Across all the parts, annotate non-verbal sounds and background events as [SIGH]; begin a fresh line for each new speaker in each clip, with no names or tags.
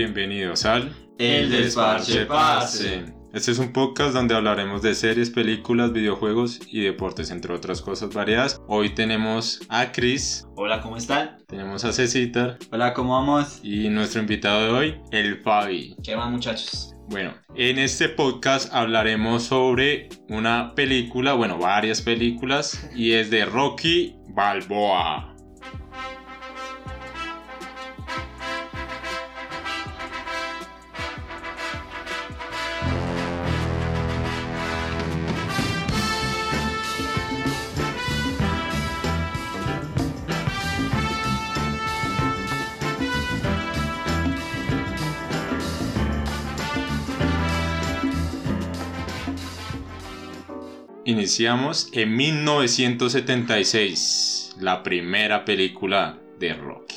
Bienvenidos al
El Desparche Pase.
Este es un podcast donde hablaremos de series, películas, videojuegos y deportes, entre otras cosas variadas. Hoy tenemos a Chris,
Hola, ¿cómo están?
tenemos a Cecitar
Hola, ¿cómo vamos?
y nuestro invitado de hoy, el Fabi.
¿Qué más, muchachos?
Bueno, en este podcast hablaremos sobre una película, bueno, varias películas, y es de Rocky Balboa. Iniciamos en 1976, la primera película de Rocky.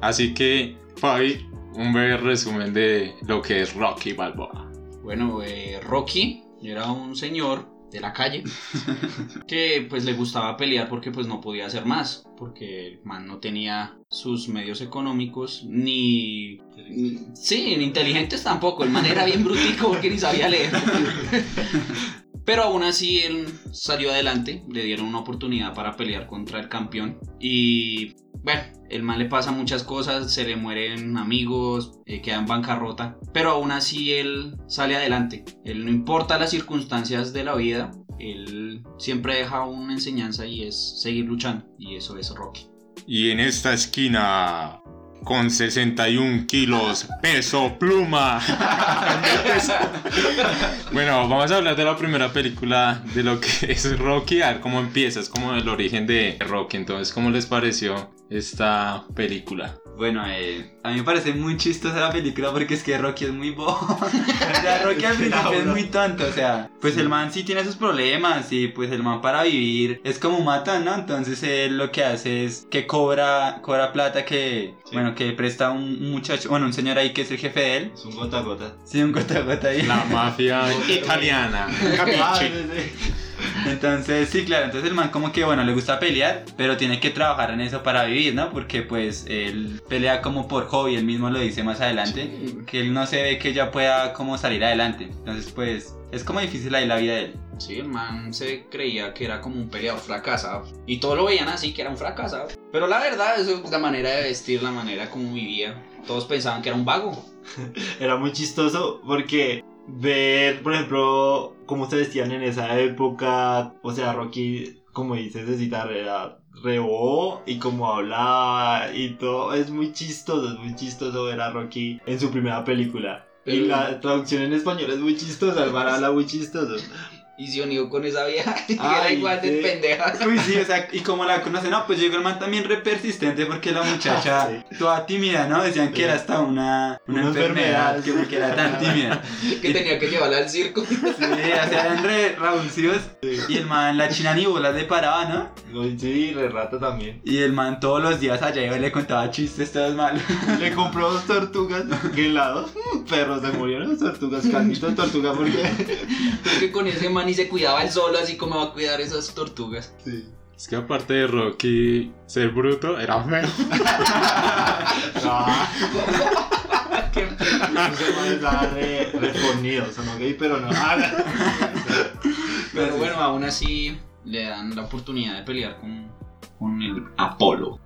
Así que, Fabi, un breve resumen de lo que es Rocky Balboa.
Bueno, eh, Rocky era un señor de la
[LAUGHS]
calle que pues le gustaba pelear porque pues no podía hacer más, porque el man no tenía sus medios económicos ni... ni- Sí, ni inteligentes tampoco, el man era bien brutico porque ni sabía leer. Pero aún así él salió adelante, le dieron una oportunidad para pelear contra el campeón y Bueno, el man le pasa muchas cosas, se le mueren amigos, eh, queda en bancarrota, pero aún así él sale adelante. Él no importa las circunstancias de la vida, él siempre deja una enseñanza y es seguir luchando, y eso es Rocky.
Y en esta esquina, con 61 kilos, peso pluma. [LAUGHS] bueno, vamos a hablar de la primera película, de lo que [LAUGHS] es Rocky, a ver cómo empieza, es como el origen de Rocky. Entonces, ¿cómo les pareció esta película?
Bueno, eh, a mí me parece muy chistosa la película porque es que Rocky es muy bobo. [LAUGHS] o sea,
[LAUGHS]
Rocky al principio es muy tonto, o sea, pues el man sí tiene sus problemas y pues el man para vivir es como mata, ¿no? Entonces él lo que hace es que cobra, cobra plata que,
Sí.
bueno, que presta un muchacho, bueno, un señor ahí que es el jefe de él.
Es un gota a gota.
Sí, un gota a gota ahí.
La mafia italiana.
Ah,
Capiche.
Entonces, sí, claro, entonces el man como que, bueno, le gusta pelear, pero tiene que trabajar en eso para vivir, ¿no? Porque pues él pelea como por hobby, él mismo lo dice más adelante, que él no se ve que ya pueda como salir adelante. Entonces, pues es como difícil ahí la vida de él.
Sí, el man se creía que era como un peleador fracasado, y todos lo veían así, que era un fracasado. Pero la verdad, eso, la manera de vestir, la manera como vivía, todos pensaban que era un vago.
Era muy chistoso porque ver, por ejemplo, cómo se vestían en esa época. O sea, Rocky, como dices, de citar, era rebo y como hablaba y todo. Es muy chistoso, es muy chistoso ver a Rocky en su primera película. Y
Pero-
la traducción en español es muy chistosa, el man habla muy chistoso.
Y se unió con esa vieja, [LAUGHS] que era
Ay,
igual de
sí.
pendeja. [LAUGHS]
Uy, sí, o sea, y como la conoce, no, pues llegó el man también re persistente porque
[LAUGHS]
la muchacha toda tímida, ¿no? Decían que era hasta una, una,
Ah, Una
enfermedad,
enfermedad,
que porque era
[LAUGHS]
tan tímida.
que tenía que llevarla al circo. [LAUGHS]
Sí, o sea, eran re rabuncidos y el man, la china ni bolas le paraba, ¿no?
Sí, re rata también.
Y el man todos los días allá iba y le contaba chistes todos [LAUGHS] malos.
Le compró dos tortugas [LAUGHS] helados. Perros, se murieron las tortugas. Caldito de tortuga porque.
Creo que con ese man y se cuidaba el solo, así como va a cuidar esas tortugas.
Sí.
Es que aparte de Rocky, ser bruto era feo.
No.
Qué pena.
Ese man estaba re, respondido, sonó gay, pero no.
Pero bueno, aún así le dan la oportunidad de pelear con, con el Apolo.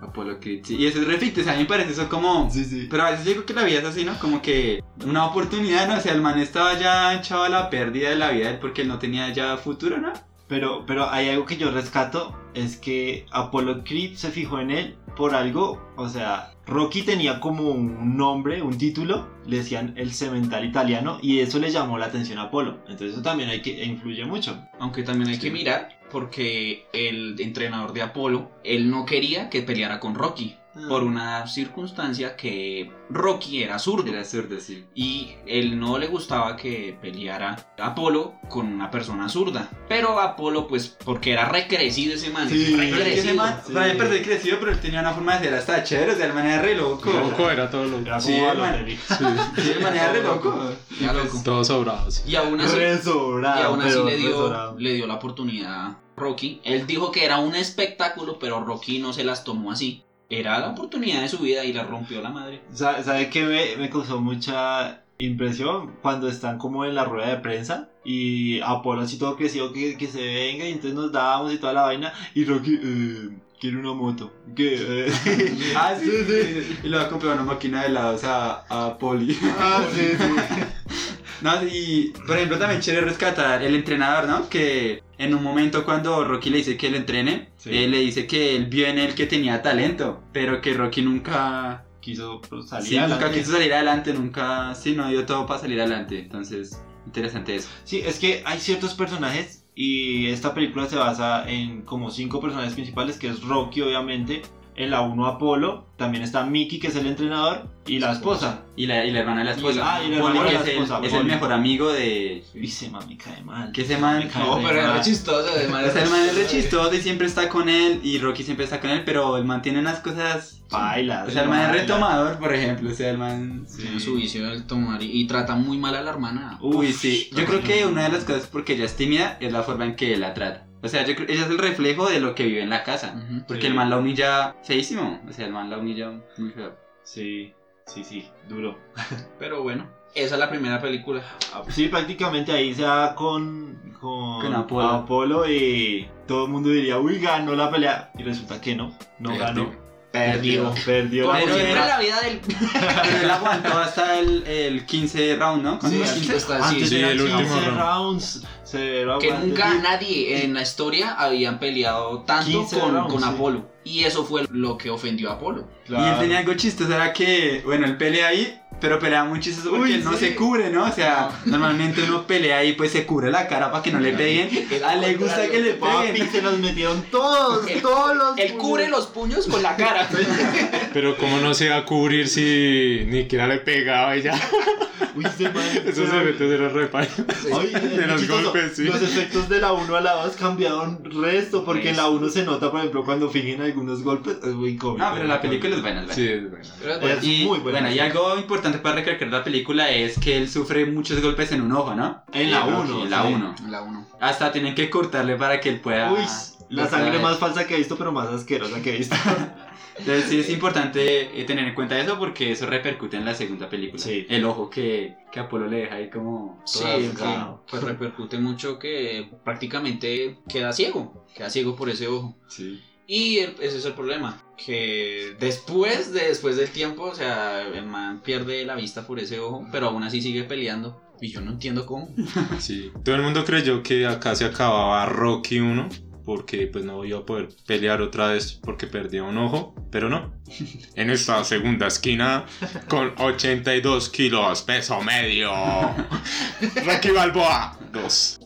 Apolo Creed, sí. Y esos refites, a mí me parece eso como...
sí, sí.
Pero a veces digo que la vida es así, ¿no? Como que una oportunidad, ¿no? O sea, el man estaba ya echado a la pérdida de la vida de él porque él no tenía ya futuro, ¿no?
Pero, pero hay algo que yo rescato: es que Apollo Creed se fijó en él por algo. O sea, Rocky tenía como un nombre, un título, le decían el cemental italiano, y eso le llamó la atención a Apolo. Entonces, eso también hay que influye mucho.
Aunque también hay
Sí.
que mirar, porque el entrenador de Apolo, él no quería que peleara con Rocky. Ah. por una circunstancia que Rocky era zurdo
Era zurdo, sí.
y él no le gustaba que peleara Apolo con una persona zurda. Pero Apolo, pues, porque era recrecido ese man.
Sí.
Pero es que ese
recrecido.
man,
sí.
para mí parece crecido, pero él tenía una forma de ser hasta chévere, o sea, el man era re loco.
Loco era todo loco.
Era
Sí,
como a los
hermano.
Félix.
[LAUGHS] Sí, el man era
[LAUGHS]
re loco.
Ya loco.
Todos sobrados.
Y aún así,
Re
y
sobrado,
aún así
pero
le,
re
dio,
sobrado.
le dio la oportunidad a Rocky. Él dijo que era un espectáculo, pero Rocky no se las tomó así. Era la oportunidad de su vida y la rompió la madre.
Sa- ¿Sabe qué me, me causó mucha impresión? Cuando están como en la rueda de prensa y Apolo así todo crecido que, que se venga y entonces nos dábamos y toda la vaina y Rocky, eh, quiere una moto. ¿Qué? Eh?
[LAUGHS] Ah, sí, sí, sí. Y lo va a comprar una máquina de helados a, a Poli. [LAUGHS]
ah, sí, sí.
No, y por ejemplo también quiere rescatar el entrenador, ¿no? Que en un momento cuando Rocky le dice que lo entrene,
Sí.
él le dice que él vio en él que tenía talento, pero que Rocky nunca,
Quiso pues, salir
sí, nunca
adelante.
quiso salir adelante, nunca, sí, no dio todo para salir adelante. Entonces, interesante eso.
Sí, es que hay ciertos personajes y esta película se basa en como cinco personajes principales, que es Rocky obviamente, en la 1 Apolo, también está Mickey que es el entrenador y la esposa.
Y la, y la hermana de la esposa.
Ah, y la
Poli,
hermana de
que
la
es el-
esposa,
es el
Poli.
mejor amigo de,
Uy, se ma, me cae mal.
Que ese man-
Me cae
No,
re
Oh, pero era
mal.
chistoso. [LAUGHS]
O sea, el man es re chistoso y siempre está con él y Rocky siempre está con él, pero el man tiene unas cosas...
Baila.
O sea, el man es retomador, por ejemplo, o sea, el man...
Tiene su vicio del tomar y, y trata muy mal a la hermana.
Uy, sí. Yo creo que una de las cosas porque ella es tímida es la forma en que él la trata. O sea, yo creo, ella es el reflejo de lo que vive en la casa.
Ujú.
Porque
Sí.
el man la humilla feísimo. O sea, el man la humilla muy feo. [LAUGHS]
Sí, sí, sí, duro. Ah,
Pero bueno, esa es la primera película.
Sí, prácticamente ahí se va con, con,
Con Apolo.
Apolo y todo el mundo diría, uy, ganó la pelea. Y resulta que no, no ganó.
Perdió.
Perdió.
Como
Pero
siempre
era-
la vida del.
Pero él aguantó hasta el, el 15 round, ¿no?
Sí,
¿Cuántos?
aquí
¿15?
está así.
Antes
Sí,
eran
el último
15
round.
rounds. severo
Que
aguante.
nunca nadie en la historia habían peleado tanto
15
con,
rounds,
con
sí.
Apolo. Y eso fue lo que ofendió a Apolo.
Claro.
Y él tenía algo chistoso, era que, bueno, él pelea ahí, pero pelea muy chistoso porque
Uy,
él no
sí.
se cubre, ¿no? O sea, normalmente uno pelea ahí, pues se cubre la cara para que no le peguen. Ah, A él le gusta que le
Papi,
peguen.
se los metieron todos,
El-
todos los.
Él cubre los puños con la [LAUGHS] cara.
Pero cómo no se iba a cubrir si ni siquiera le pegaba y ya.
Uy, se me-
Esos
se me-
efectos eran re paila.
Ay, es
De los
chistoso.
golpes, sí.
Los efectos de la 1 a la 2 cambiaron resto, Ah, porque en la 1 se nota, por ejemplo, cuando fingen algunos golpes, es muy cómico.
No, pero la película es buena, es buena.
Sí, es bueno.
Pero bueno,
Es muy buena.
Bueno, y algo importante para recalcar la película es que él sufre muchos golpes en un ojo, ¿no?
En la
Sí,
1.
En la 1.
La uno.
Hasta tienen que cortarle para que él pueda.
Uy, la
Pues,
sangre
eh.
más falsa que he visto, pero más asquerosa que he visto.
Entonces sí es importante eh, tener en cuenta eso porque eso repercute en la segunda película.
Sí.
El ojo que, que Apolo le deja ahí como...
Sí,
Todas,
en fin,
claro.
pues repercute mucho que prácticamente queda ciego. Queda ciego por ese ojo.
Sí.
Y el- ese es el problema. Que después, de, después del tiempo, o sea, el man pierde la vista por ese ojo, pero aún así sigue peleando. Y yo no entiendo cómo.
Sí. Todo el mundo creyó que acá se acababa Rocky 1 porque pues no iba a poder pelear otra vez porque perdió un ojo, pero no. En
[LAUGHS]
esta segunda esquina con 82 kilos, peso medio. Rocky Balboa 2.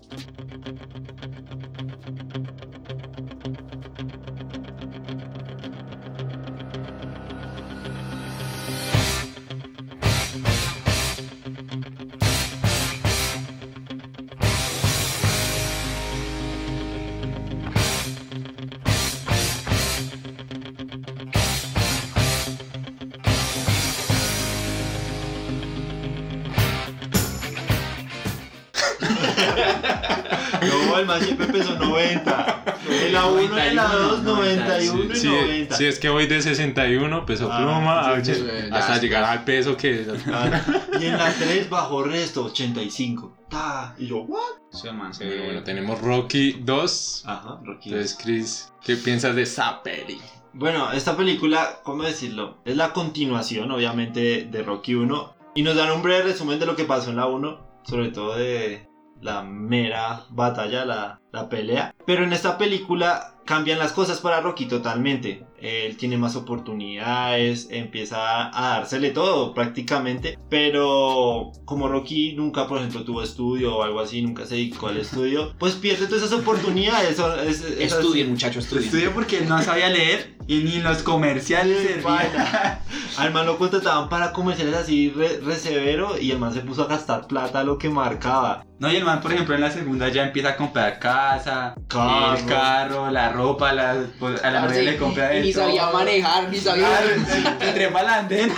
No, el más siempre pesó 90. En la 1, en la 2, 91 y
Sí,
90.
sí, es que voy de 61 peso
Ah,
pluma a
sí, sí,
ochen-
sí, ya.
hasta llegar al peso
[LAUGHS]
que
Ah, Y en la 3 bajó resto, 85. Ta. Y yo, ¿what?
Ese man
[LAUGHS]
se
Bueno,
ve.
bueno, tenemos Rocky 2.
Ajá, Rocky.
Entonces, Chris, ¿qué piensas de esa peli?
Bueno, esta película, ¿cómo decirlo? Es la continuación, obviamente, de Rocky 1. Y nos dan un breve resumen de lo que pasó en la 1, sobre todo de la mera batalla, la, la pelea. Pero en esta película cambian las cosas para Rocky totalmente. Él tiene más oportunidades, empieza a dársele todo prácticamente, pero como Rocky nunca, por ejemplo, tuvo estudio o algo así, nunca se dedicó al estudio, pues pierde todas esas oportunidades. son- es- esas-
Estudien, muchachos, estudien.
Estudio porque él no sabía leer y ni en los comerciales servía.
Vaya. Al man lo contrataban para comerciales así re, re severo y el man se puso a gastar plata lo que marcaba.
[LAUGHS] No, y el man, por ejemplo, en la segunda ya empieza a comprar casa, el
Carros.
carro, la ropa, la, pues, a la novia
Parce,
le compra de
Ah, y Ni
todo.
sabía manejar, ni sabía.
Claro, se- se trepa al andén.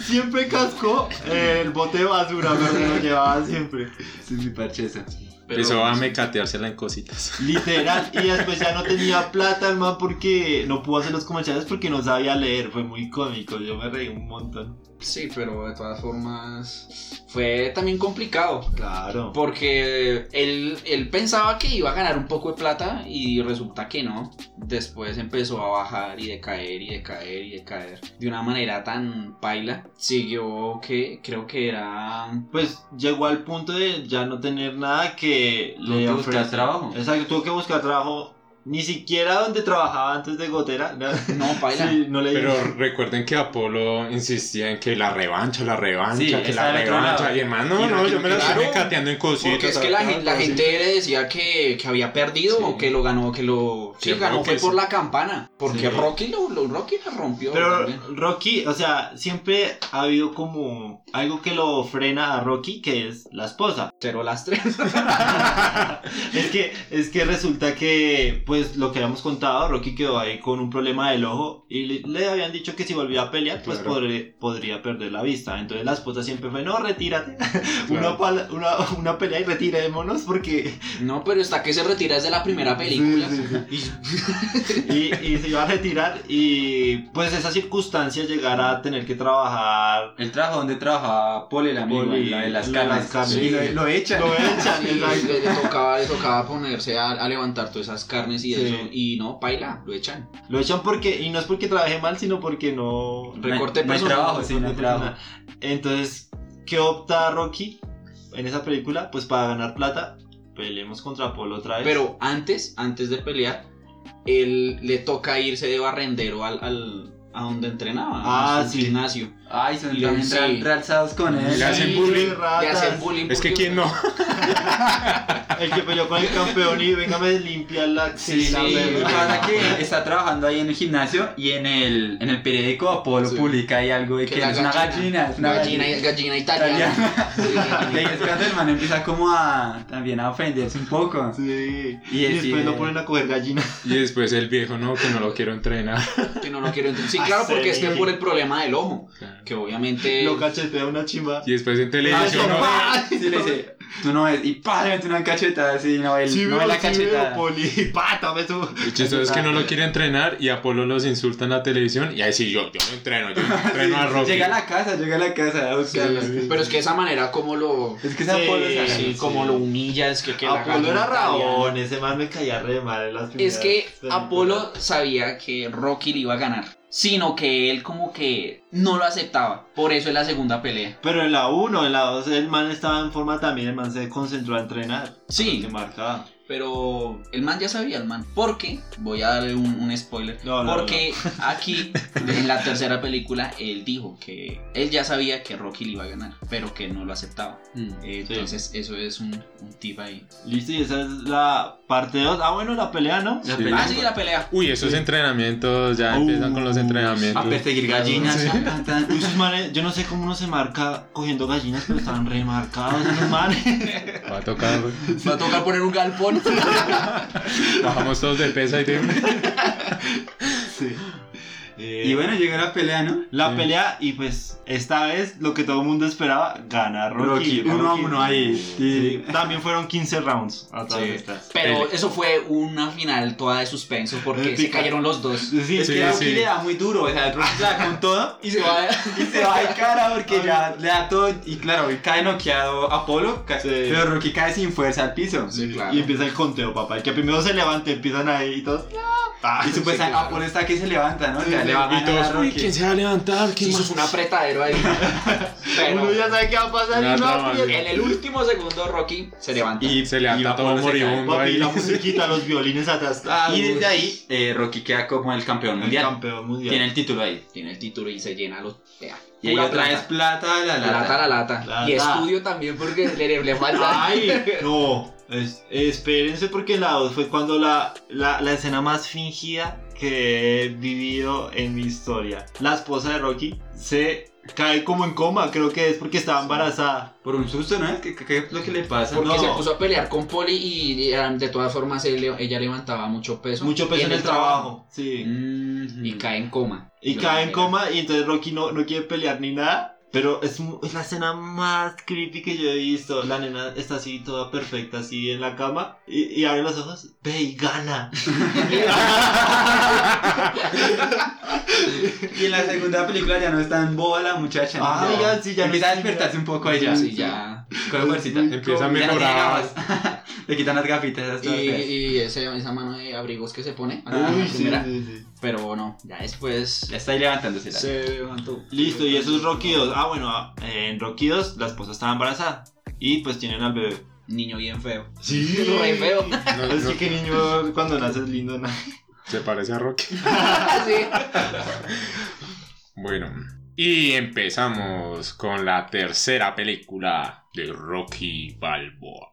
Siempre cascó el bote de basura, pero se lo llevaba siempre.
[LAUGHS] Sí, mi parcheza.
Pero- pues,
Empezó a mecateársela en cositas.
Literal, y después ya no tenía plata el man porque no pudo hacer los comerciales porque no sabía leer, fue muy cómico, yo me reí un montón.
Sí, pero de todas formas fue también complicado.
Claro.
Porque él, él pensaba que iba a ganar un poco de plata y resulta que no. Después empezó a bajar y decaer y decaer y decaer. De una manera tan paila. Siguió que creo que era...
Pues llegó al punto de ya no tener nada que
Tuvo que buscar
ofrece.
trabajo.
Exacto, tuvo que buscar trabajo ni siquiera donde trabajaba antes de Gotera. [LAUGHS] No,
No, paila.
Sí, no le
Pero recuerden que Apolo insistía en que la revancha, la revancha,
Sí,
que
está
la
del otro
revancha.
lado.
Y hermano,
Y
no, no,
Rocky
yo
no
me la estoy
quiere.
mecateando en cositas.
Porque es que la,
tal,
gen- la
tal,
gente le decía que, que había perdido
Sí.
o que lo ganó, que lo... Sí,
Sí,
ganó
Rocky
fue
sí.
por la campana. Porque
Sí.
Rocky lo, lo- Rocky la rompió.
Pero
también.
Rocky, o sea, siempre ha habido como algo que lo frena a Rocky, que es la esposa.
Cero las tres.
es que es que resulta que pues lo que habíamos contado Rocky quedó ahí con un problema del ojo y le, le habían dicho que si volvía a pelear pues
Claro.
podré- podría perder la vista entonces la esposa siempre fue no retírate [LAUGHS] una,
Claro.
pala- una, una pelea y retirémonos porque
[LAUGHS] No, pero está que se retira desde la primera película.
Sí, sí, sí. [LAUGHS] y, y se iba a retirar y pues esas circunstancias llegar a tener que trabajar
El trabajo donde trabaja Paul, el amigo,
Paul y-
la de las
la de
carnes.
las carnes.
Sí, lo, lo echan.
lo echan
Sí,
exacto.
le, le tocaba, le tocaba ponerse a, a levantar todas esas carnes y
Sí.
eso. Y no, paila, lo echan.
Lo echan porque, y no es porque trabajé mal, sino porque no.
No hay-
Recorte
no hay
personal,
trabajo, sí, no hay trabajo.
Entonces, ¿qué opta Rocky en esa película? Pues para ganar plata, peleemos contra Polo otra vez.
Pero antes, antes de pelear, él le toca irse de barrendero al, al- a donde entrenaba,
Ah,
a su
sí.
gimnasio.
Ay, son
Y
tan
sí.
re- realzados con él.
Le hacen
Sí,
bullying.
qué
Le
ratas.
hacen bullying.
Es que
porque-
quién no.
El que peleó con el campeón y venga me limpia la
Sí,
la
sí,
lo que
verga.
pasa que está trabajando ahí en el gimnasio y en el, en el periódico Apolo
Sí.
publica ahí algo de
que
que,
la
es una gallina, es una
gallina,
[LAUGHS]
gallina, gallina italiana.
Y ahí
Sí.
es cuando el man empieza como a también a ofenderse un poco.
Sí.
Y
Y
es-
después lo ponen a coger gallinas.
Y después el viejo, no, que no lo quiero entrenar.
Que no lo quiero entender. Sí, claro, porque es que por el problema del ojo. Que obviamente.
Lo cachetea una chimba.
Y después en
Ah,
televisión,
no,
no.
ah, sí, le dice, tú no ves, y pa, le mete una cachetada así, no ve, el-
Sí,
no ve
veo,
la
sí veo,
cachetada.
Poli. [LAUGHS] Pátame tú.
El chistoso es que no lo quiere entrenar y Apolo los insulta en la televisión. Y ahí sí, yo, yo no entreno, yo no entreno a Rocky.
Llega a la casa, llega a la casa a
Sí,
buscarlo.
pero es que esa manera, como lo.
Es que esa
Sí,
Apolo es
Sí,
sí.
como lo humilla, es que, que la
Ah, Apolo
gallina
era
italiana.
rabón, ese man me caía re mal en las
Es
primeras
que
películas.
Apolo sabía que Rocky le iba a ganar, sino que él como que no lo aceptaba. Por eso es la segunda pelea.
Pero en la 1, en la 2, el man estaba en forma también, el man se concentró a entrenar.
Sí,
Que marcaba.
pero el man ya sabía, el man. Porque, voy a darle un, un spoiler.
No, no, [LAUGHS]
porque aquí, en la tercera película, él dijo que él ya sabía que Rocky le iba a ganar, pero que no lo aceptaba. Eh, Entonces, eso es un, un tip ahí.
Listo, y esa es la parte 2. Ah, bueno, la pelea, ¿no?
La
Sí.
pelea-
Ah, sí, la pelea.
Uy, esos entrenamientos ya
Uh,
empiezan con los entrenamientos.
A perseguir gallinas.
Sí.
tan, tan, tan.
Uy, esos manes, yo no sé cómo uno se marca cogiendo gallinas, pero estaban remarcados esos [LAUGHS] manes.
Va a tocar.
Va a tocar poner
[LAUGHS]
un galpón.
Bajamos todos de peso y de...
Sí. Eh,
Y bueno, llegó la pelea, ¿no?
la
sí.
pelea, y pues esta vez lo que todo el mundo esperaba, gana Rocky.
Rocky, uno a
Rocky.
uno ahí.
Sí,
Sí.
También fueron 15 rounds a todas
Sí.
estas.
Pero eso fue una final toda de suspenso porque se cayeron los dos.
Sí,
Es
Sí,
que Rocky
sí.
le da muy duro, o sea, Rocky le da con todo
Y se va. [LAUGHS]
y se va de cara porque ya le da todo. Y claro, y cae noqueado Apolo, ca-
Sí.
pero Rocky cae sin fuerza al piso.
Sí, claro.
Y empieza el conteo, papá. El que primero se levante, empiezan ahí y todos.
Ah,
Y supuestamente,
sí,
ah, por esta que se levanta, ¿no?
Sí,
Ya
sí,
le va a
y
ganar
todos,
a
Uy,
Rocky.
¿quién se va a levantar? ¿Quién
Sí, eso
más?
fue un apretadero ahí.
Uno ya
Pero
sabe qué va a pasar
Ya
y no
está mal.
aprieta.
en el último segundo Rocky se levanta.
Y se levanta
va
todo
cuando se cae.
moribundo
Papi,
ahí.
la musiquita, los violines atrás.
Ah, Y desde ahí, eh, Rocky queda como el campeón
El
mundial.
campeón mundial.
Tiene el título ahí.
Tiene el título y se llena los... vea,
Y ahí
pura
otra vez
plata.
plata a la
La
lata.
lata, la lata.
La
Y
lata.
estudio también porque le, le
[LAUGHS]
falta. [LAUGHS]
Ay, no. Es- espérense porque la 2 fue cuando la, la, la escena más fingida que he vivido en mi historia. La esposa de Rocky se cae como en coma, creo que es porque estaba embarazada.
Por un susto, ¿no? ¿Qué, qué- qué es lo que le pasa?
Por-
Porque
no.
se puso a pelear con Poli y eh, de todas formas él le- ella levantaba mucho peso.
Mucho peso en el trabajo. Sí.
Mm.
Y cae en coma.
Y
Lo
cae en
manera.
coma y entonces Rocky no, no quiere pelear ni nada. Pero es, mu- es la escena más creepy que yo he visto. La nena está así toda perfecta, así en la cama. Y, y abre los ojos. Ve y gana.
Y en la segunda película ya no es tan boba la muchacha. ¿no?
Ah,
Ya-
ya, sí, ya no
Empieza a
es-
despertarse un poco ella.
Sí, ya.
Con fuercita.
Empieza a
Ya no tiene
mejorar.
gafas. [LAUGHS] le quitan las gafitas. esas
Y,
todas feas.
y ese- esa mano de abrigos que se pone. a la
[LAUGHS] Uy, sí,
primera.
sí, sí.
Pero no, ya después
Ya está ahí levantándose. la-
se levantó.
Listo, y eso es Rocky 2. Ah, bueno, ah, en Rocky 2 la esposa estaba embarazada. Y pues tienen al bebé.
Niño bien feo.
Sí,
Re feo.
No, [LAUGHS]
Es
no,
que qué niño cuando naces lindo, ¿no?
se parece a Rocky.
Sí.
Bueno, y empezamos con la tercera película de Rocky Balboa.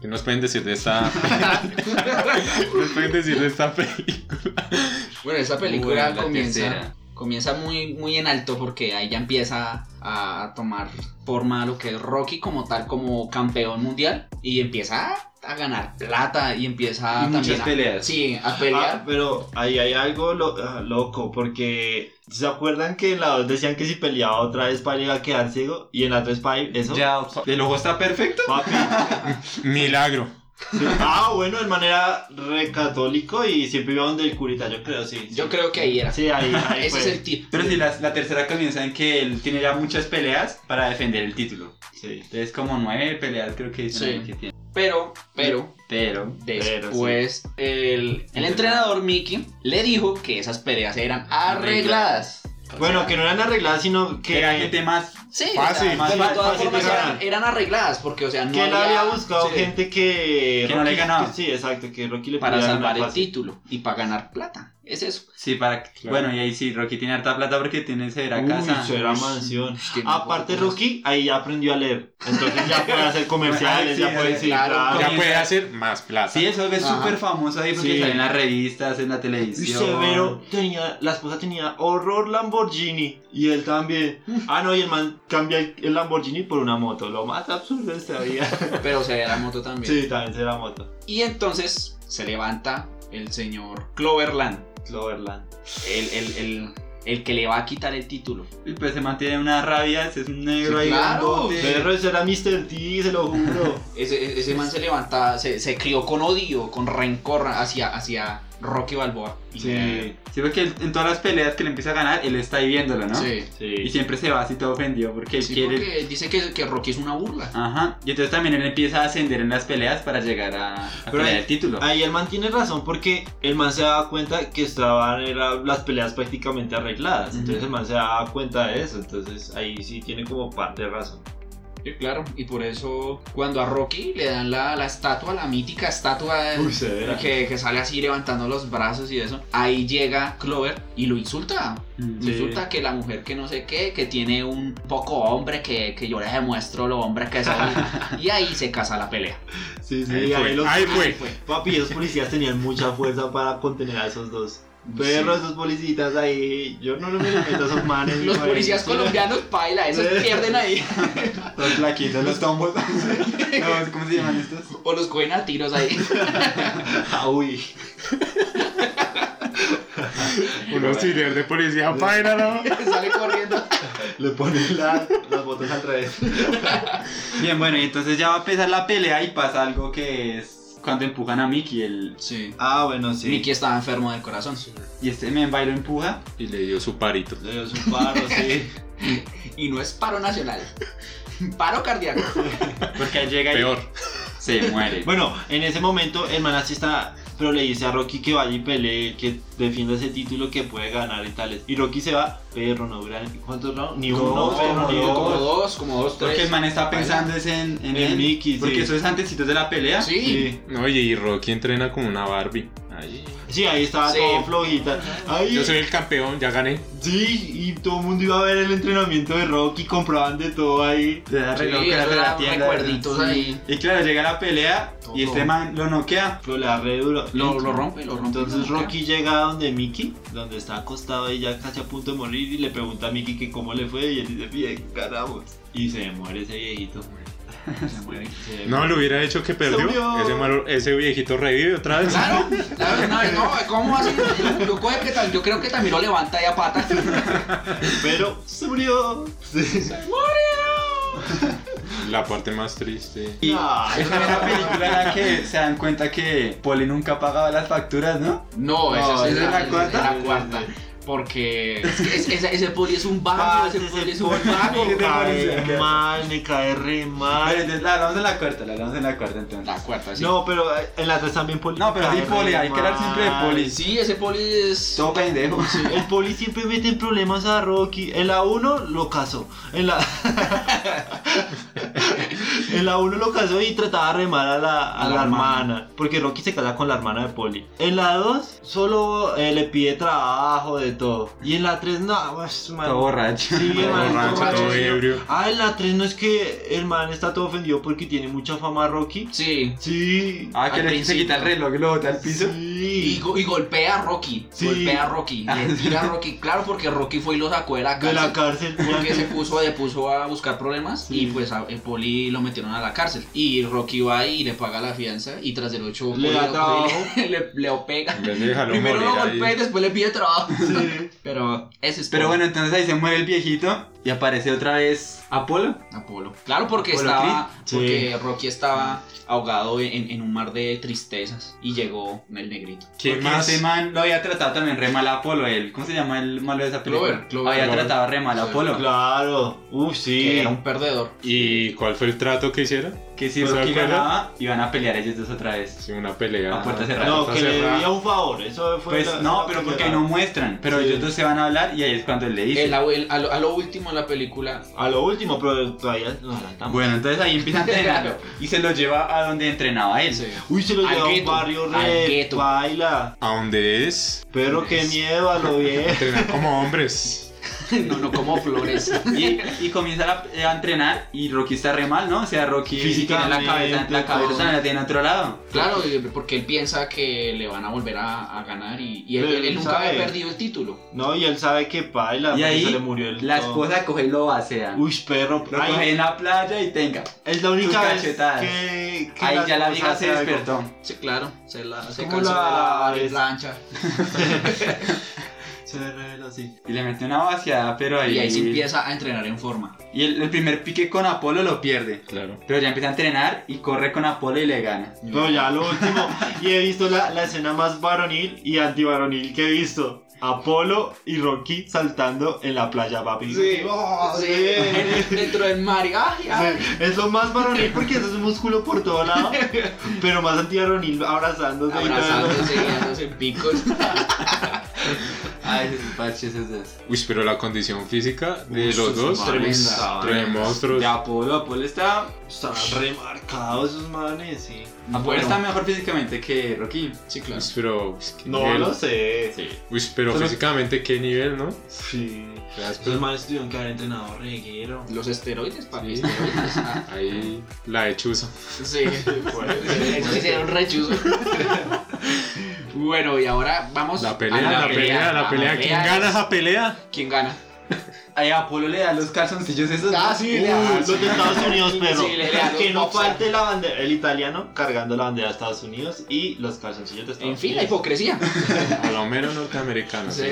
¿Qué nos pueden decir de esta ¿Qué nos pueden decir de esta película?
[LAUGHS] Bueno, esa película
Bueno, la
comienza.
tercera.
Comienza muy, muy en alto porque ahí ya empieza a, a tomar forma lo que es Rocky como tal, como campeón mundial. Y empieza a, a ganar plata y empieza
Y muchas
también a-
peleas.
sí, a pelear.
Ah, pero ahí hay algo lo- ah, loco, porque ¿se acuerdan que en la 2 decían que si peleaba otra vez para iba a quedar ciego? Y en la 3 para eso.
Ya, el ojo está perfecto.
Papi.
Milagro.
Sí. Ah, bueno, en manera recatólico y siempre iba donde el curita, yo creo, sí.
Yo creo que ahí era.
Sí, ahí, ahí
Ese
fue.
es el tip.
Pero si la, la tercera comienza en que él tiene ya muchas peleas para defender el título.
Sí.
Entonces, como nueve peleas, creo que es
Sí.
el que tiene.
Pero, pero,
Pero.
después el, el entrenador Mickey le dijo que esas peleas eran arregladas.
Bueno, que no eran arregladas, sino que.
Era gente más.
Sí, o
Fácil,
sea,
más
de
fácil,
todas
fácil
formas
de ganar.
eran, eran arregladas porque, o sea, no
que él había buscado
sí,
gente que.
Que no le ganaba.
Sí, exacto, que Rocky le
para
pudiera ganar
salvar el
fácil.
título y para ganar plata. Es eso.
Sí, para.
Claro.
Bueno, y ahí sí, Rocky tiene harta plata porque tiene severa
Uy,
casa.
eso era mansión.
Es que no
Ah, Aparte,
puedo-
Rocky ahí ya aprendió a leer. Entonces ya puede hacer comerciales,
Ah, sí,
ya puede
sí,
decir.
claro.
claro.
Ya puede hacer más plata.
Sí, eso es
Ajá.
súper famoso ahí porque
Sí.
sale en las revistas, en la
Y
televisión.
Severo tenía, la esposa tenía horror Lamborghini y él también. Ah, no, y el man cambia el, el Lamborghini por una moto, lo más absurdo de esta vida.
Pero se ve la moto también.
Sí, también será moto.
Y entonces se levanta el señor Cloverland,
Cloverland.
el, el, el, el que le va a quitar el título.
Y pues se mantiene una rabia, ese es un negro
Sí,
ahí.
claro.
grandote.
Pero eso era Mr. T, se lo juro.
Ese, ese man se levanta, se, se crió con odio, con rencor hacia, hacia Rocky Balboa. Y-
Sí,
Sí, porque él- en todas las peleas que le empieza a ganar, él está ahí viéndolo, ¿no?
Sí.
Y
sí.
siempre se va así todo ofendido porque él
Sí,
quiere.
porque dice que, que Rocky es una burla.
Ajá. Y entonces también él empieza a ascender en las peleas para llegar a, a
Pero
pelear
ahí-
el título.
Ahí el man tiene razón porque el man se daba cuenta que estaban era, las peleas prácticamente arregladas.
Ujú.
Entonces el man se daba cuenta de eso. Entonces ahí sí tiene como parte de razón.
Sí, claro. Y por eso cuando a Rocky le dan la, la estatua, la mítica estatua
Uy, severa.
que, que sale así levantando los brazos y eso, ahí llega Clover y lo insulta.
Mm.
Sí.
Resulta que la mujer que no sé qué, que tiene un poco hombre, que, que yo les demuestro lo hombre que soy. y ahí se casa la pelea.
Sí, sí,
Ahí fue,
ahí los-
ahí
Ahí
fue.
fue.
Papi, esos policías tenían mucha fuerza para contener a esos dos. Pero esos policías ahí, yo no le me le meto a esos manes. mi
Los
madre.
policías colombianos paila, esos pierden ahí.
Los plaquitos, los [LAUGHS] tombos. Los- ¿Cómo se llaman estos?
O los cogen a tiros ahí. [LAUGHS]
Ah, [LAUGHS] uy.
Unos thrillers de policía, página, ¿no?
Sale corriendo.
Le ponen la- las botas al revés.
Bien, bueno, y entonces ya va a empezar la pelea y pasa algo que es cuando empujan a Mickey el,
Sí.
Ah, bueno, sí.
Mickey estaba enfermo del corazón.
y este men va y lo empuja.
Y le dio su parito.
Le dio su paro, sí.
Y no es paro nacional. Paro cardíaco.
Porque ahí llega y
Peor.
se muere.
Bueno, en ese momento el man así está, pero le dice a Rocky que vaya y pelee, que defienda ese título que puede ganar y tales. Y Rocky se va, pero no dura ni- ¿cuántos rounds? Ni uno,
Dos,
pero ni
como, como
dos.
dos, como dos, tres.
Porque el man está pensando es en, pues, en,
En
él,
Mickey, sí.
Porque eso es antesitos de la pelea.
Sí.
Sí.
Oye, y Rocky entrena como una Barbie. Ahí.
Sí, ahí estaba
Sí.
todo flojita. Ahí,
Yo soy el campeón, ya gané.
sí, y todo el mundo iba a ver el entrenamiento de Rocky, compraban de todo ahí.
Le da
Sí,
reloj
eso
era de la
era
tienda.
recuerditos
sí.
ahí.
Y claro, llega la pelea y
Todo.
este man lo noquea.
Lo la re duro.
Lo, lo rompe, lo rompe.
Entonces
lo noquea.
Rocky llega donde Mickey, donde está acostado y ya casi a punto de morir, y le pregunta a Mickey que cómo le fue, y él dice, bien, ganamos. Y se muere ese viejito.
Se muere.
Se
No, le hubiera hecho que perdió.
murió.
Ese, malo- ese viejito revive otra vez.
Claro, claro, no, no, ¿cómo va a ser? Yo, coge que tal- yo creo que también lo levanta ahí a pata.
Pero se [LAUGHS] murió.
La parte más triste.
Y
Ay,
esa es la película en la que se dan cuenta que Polly nunca pagaba las facturas, ¿no?
No,
No,
esa es
esa
la,
es la cuarta.
la cuarta. Porque es que es- esa- ese poli es un vago,
Ah,
ese
ese
poli es
poli
un vago.
Me
Sí.
cae mal, me cae re
Pero
mal.
entonces la hablamos en la cuarta, la hablamos en la cuarta entonces.
La cuarta, sí.
No, pero en la 3 también poli.
No, pero
me
sí,
cae
Poli,
re
hay que hablar siempre de
mal.
Poli.
Sí, ese poli es.
Todo pendejo.
El poli siempre mete en problemas a Rocky. En la 1 lo casó. En la. [LAUGHS] en la 1 lo casó y trataba re mal a la, a
A la
la hermana.
hermana.
Porque Rocky se casa con la hermana de Poli. En la 2 solo eh, le pide trabajo, de todo. Y en la 3, no, es man.
[LAUGHS] [LAUGHS] Todo borracho.
Sí,
Todo
man,
borracho, todo
sí.
ebrio.
Ah, en la 3 no es que el man está todo ofendido porque tiene mucha fama Rocky.
Sí.
Sí.
Ah, que
Al
le, se
principio.
quita el reloj y lo bota al piso.
Y,
Sí.
go- y golpea a Rocky.
Sí.
Golpea a Rocky. Le tira a Rocky. Claro, porque Rocky fue y lo sacó de la
De
cárcel.
la cárcel.
Porque se puso, le puso a buscar problemas
Sí.
y pues a, el Poli lo metieron a la cárcel. Y Rocky va y le paga la fianza y tras el 8
Le da trabajo.
[LAUGHS] le, le, le pega.
En vez de dejarlo
[LAUGHS] Primero lo
morir ahí.
golpea y después le pide trabajo.
[LAUGHS]
[LAUGHS]
Sí.
Pero ese es
Pero
Poli.
bueno, entonces ahí se muere el viejito y aparece otra vez Apolo.
Apolo. Claro, porque
Apolo
estaba.
Creed.
Porque Rocky estaba ahogado en, en un mar de tristezas. Y llegó el negrito.
¿Quién
Porque
más?
Este man lo había tratado también re mal a Apolo, él. ¿Cómo se llama el malo de esa película?
Clover, Clover.
había
Clover.
tratado re mal a
Sí,
Apolo.
Claro. Uf,
Que
sí.
era un perdedor.
¿Y cuál fue el trato que hicieron?
Que si
¿No se
Rocky
acuerda?
ganaba, iban a pelear ellos dos otra vez.
Sí, una pelea.
A puerta cerrada.
No,
Puerta
que le
cerrada.
debía un favor, eso fue.
ah. Pues
la-
no,
la
pero porque ahí
primera.
no muestran. Pero
Sí.
ellos dos se van a hablar y ahí es cuando él le dice.
El abuel- a, lo, a lo último de la película.
A lo último, pero todavía nos adelantamos.
"Ah, Bueno, entonces ahí
[LAUGHS]
empieza a entrenarlo y se lo lleva a donde entrenaba él.
se-
Uy, se lo
Al
lleva a un
gueto,
barrio
al
re
gueto.
baila.
¿A dónde es?
Pero qué
Pues.
miedo a
[LAUGHS]
lo bien.
Entrenar como hombres.
[LAUGHS] No, no como flores.
Y, y comienza la- eh, a entrenar y Rocky está re mal, ¿no? O sea, Rocky tiene la
Físicamente,
cabeza, la cabeza
todo.
también la tiene a otro lado.
Claro, y- porque él piensa que le van a volver a, a ganar y, y él,
Pero
él-
él
él nunca
sabe.
había perdido el título.
No, y él sabe que baila,
Y
porque
ahí
se le murió el.
La
todo.
esposa coge y lo vacea.
Uy, perro.
lo
ahí-
coge en la playa y tenga.
es la única vez
cachetadas.
que, que
Ahí ya
esposa
la vieja se
hace algo.
despertó.
Sí, claro, se, la, se
¿Cómo
cansó
la-
de la plancha.
Se revela así.
Y le mete una vaciada, pero ahí.
Y ahí se empieza a entrenar en forma.
y el, el primer pique con Apolo lo pierde.
Claro.
Pero ya empieza a entrenar y corre con Apolo y le gana.
No, ya lo último. Y he visto la, la escena más varonil y antivaronil que he visto. Apolo y Rocky saltando en la playa, papi. Oh,
Sí,
sí.
[LAUGHS] dentro del mar. y, ay, ay.
[LAUGHS] Sí, es lo más varonil porque eso es un músculo por todo lado, pero más antivaronil abrazándose. y todo.
Abrazándose y dándose [LAUGHS] picos.
Ay, esos parches esos dos.
Uy, pero la condición física de
Uy,
los
esos
dos.
manes
tres-
estaban-
tres monstruos.
Ya Apolo, Apolo está.
Están remarcados esos manes, sí.
Apolo
Bueno.
está mejor físicamente que Rocky.
Sí,
Uy,
claro.
pero. es que
No
nivel.
lo sé.
Sí.
Uy, pero
Solo-
físicamente, ¿qué nivel, no? Pues,
Sí.
Te das
Esos
cuenta.
manes tuvieron que haber entrenado reguero.
Los esteroides, papi. [LAUGHS]
Sí.
Esteroides. ah.
Ahí la hechuza.
Sí, pues, hicieron un rechuzo. [LAUGHS] Bueno, y ahora vamos
La pelea,
a
la pelea, la pelea. ¿Quién
es-
gana esa pelea?
¿Quién gana?
ahí a Apolo le da los calzoncillos esos.
Ah, sí,
Uh,
le da-
los de Estados Unidos, perro.
Ah, Sí, le da
que
los
no
boxers.
falte la bandera, el italiano cargando la bandera de Estados Unidos y los calzoncillos de Estados
En fin, la
Unidos.
hipocresía.
A lo menos norteamericano.
Sí.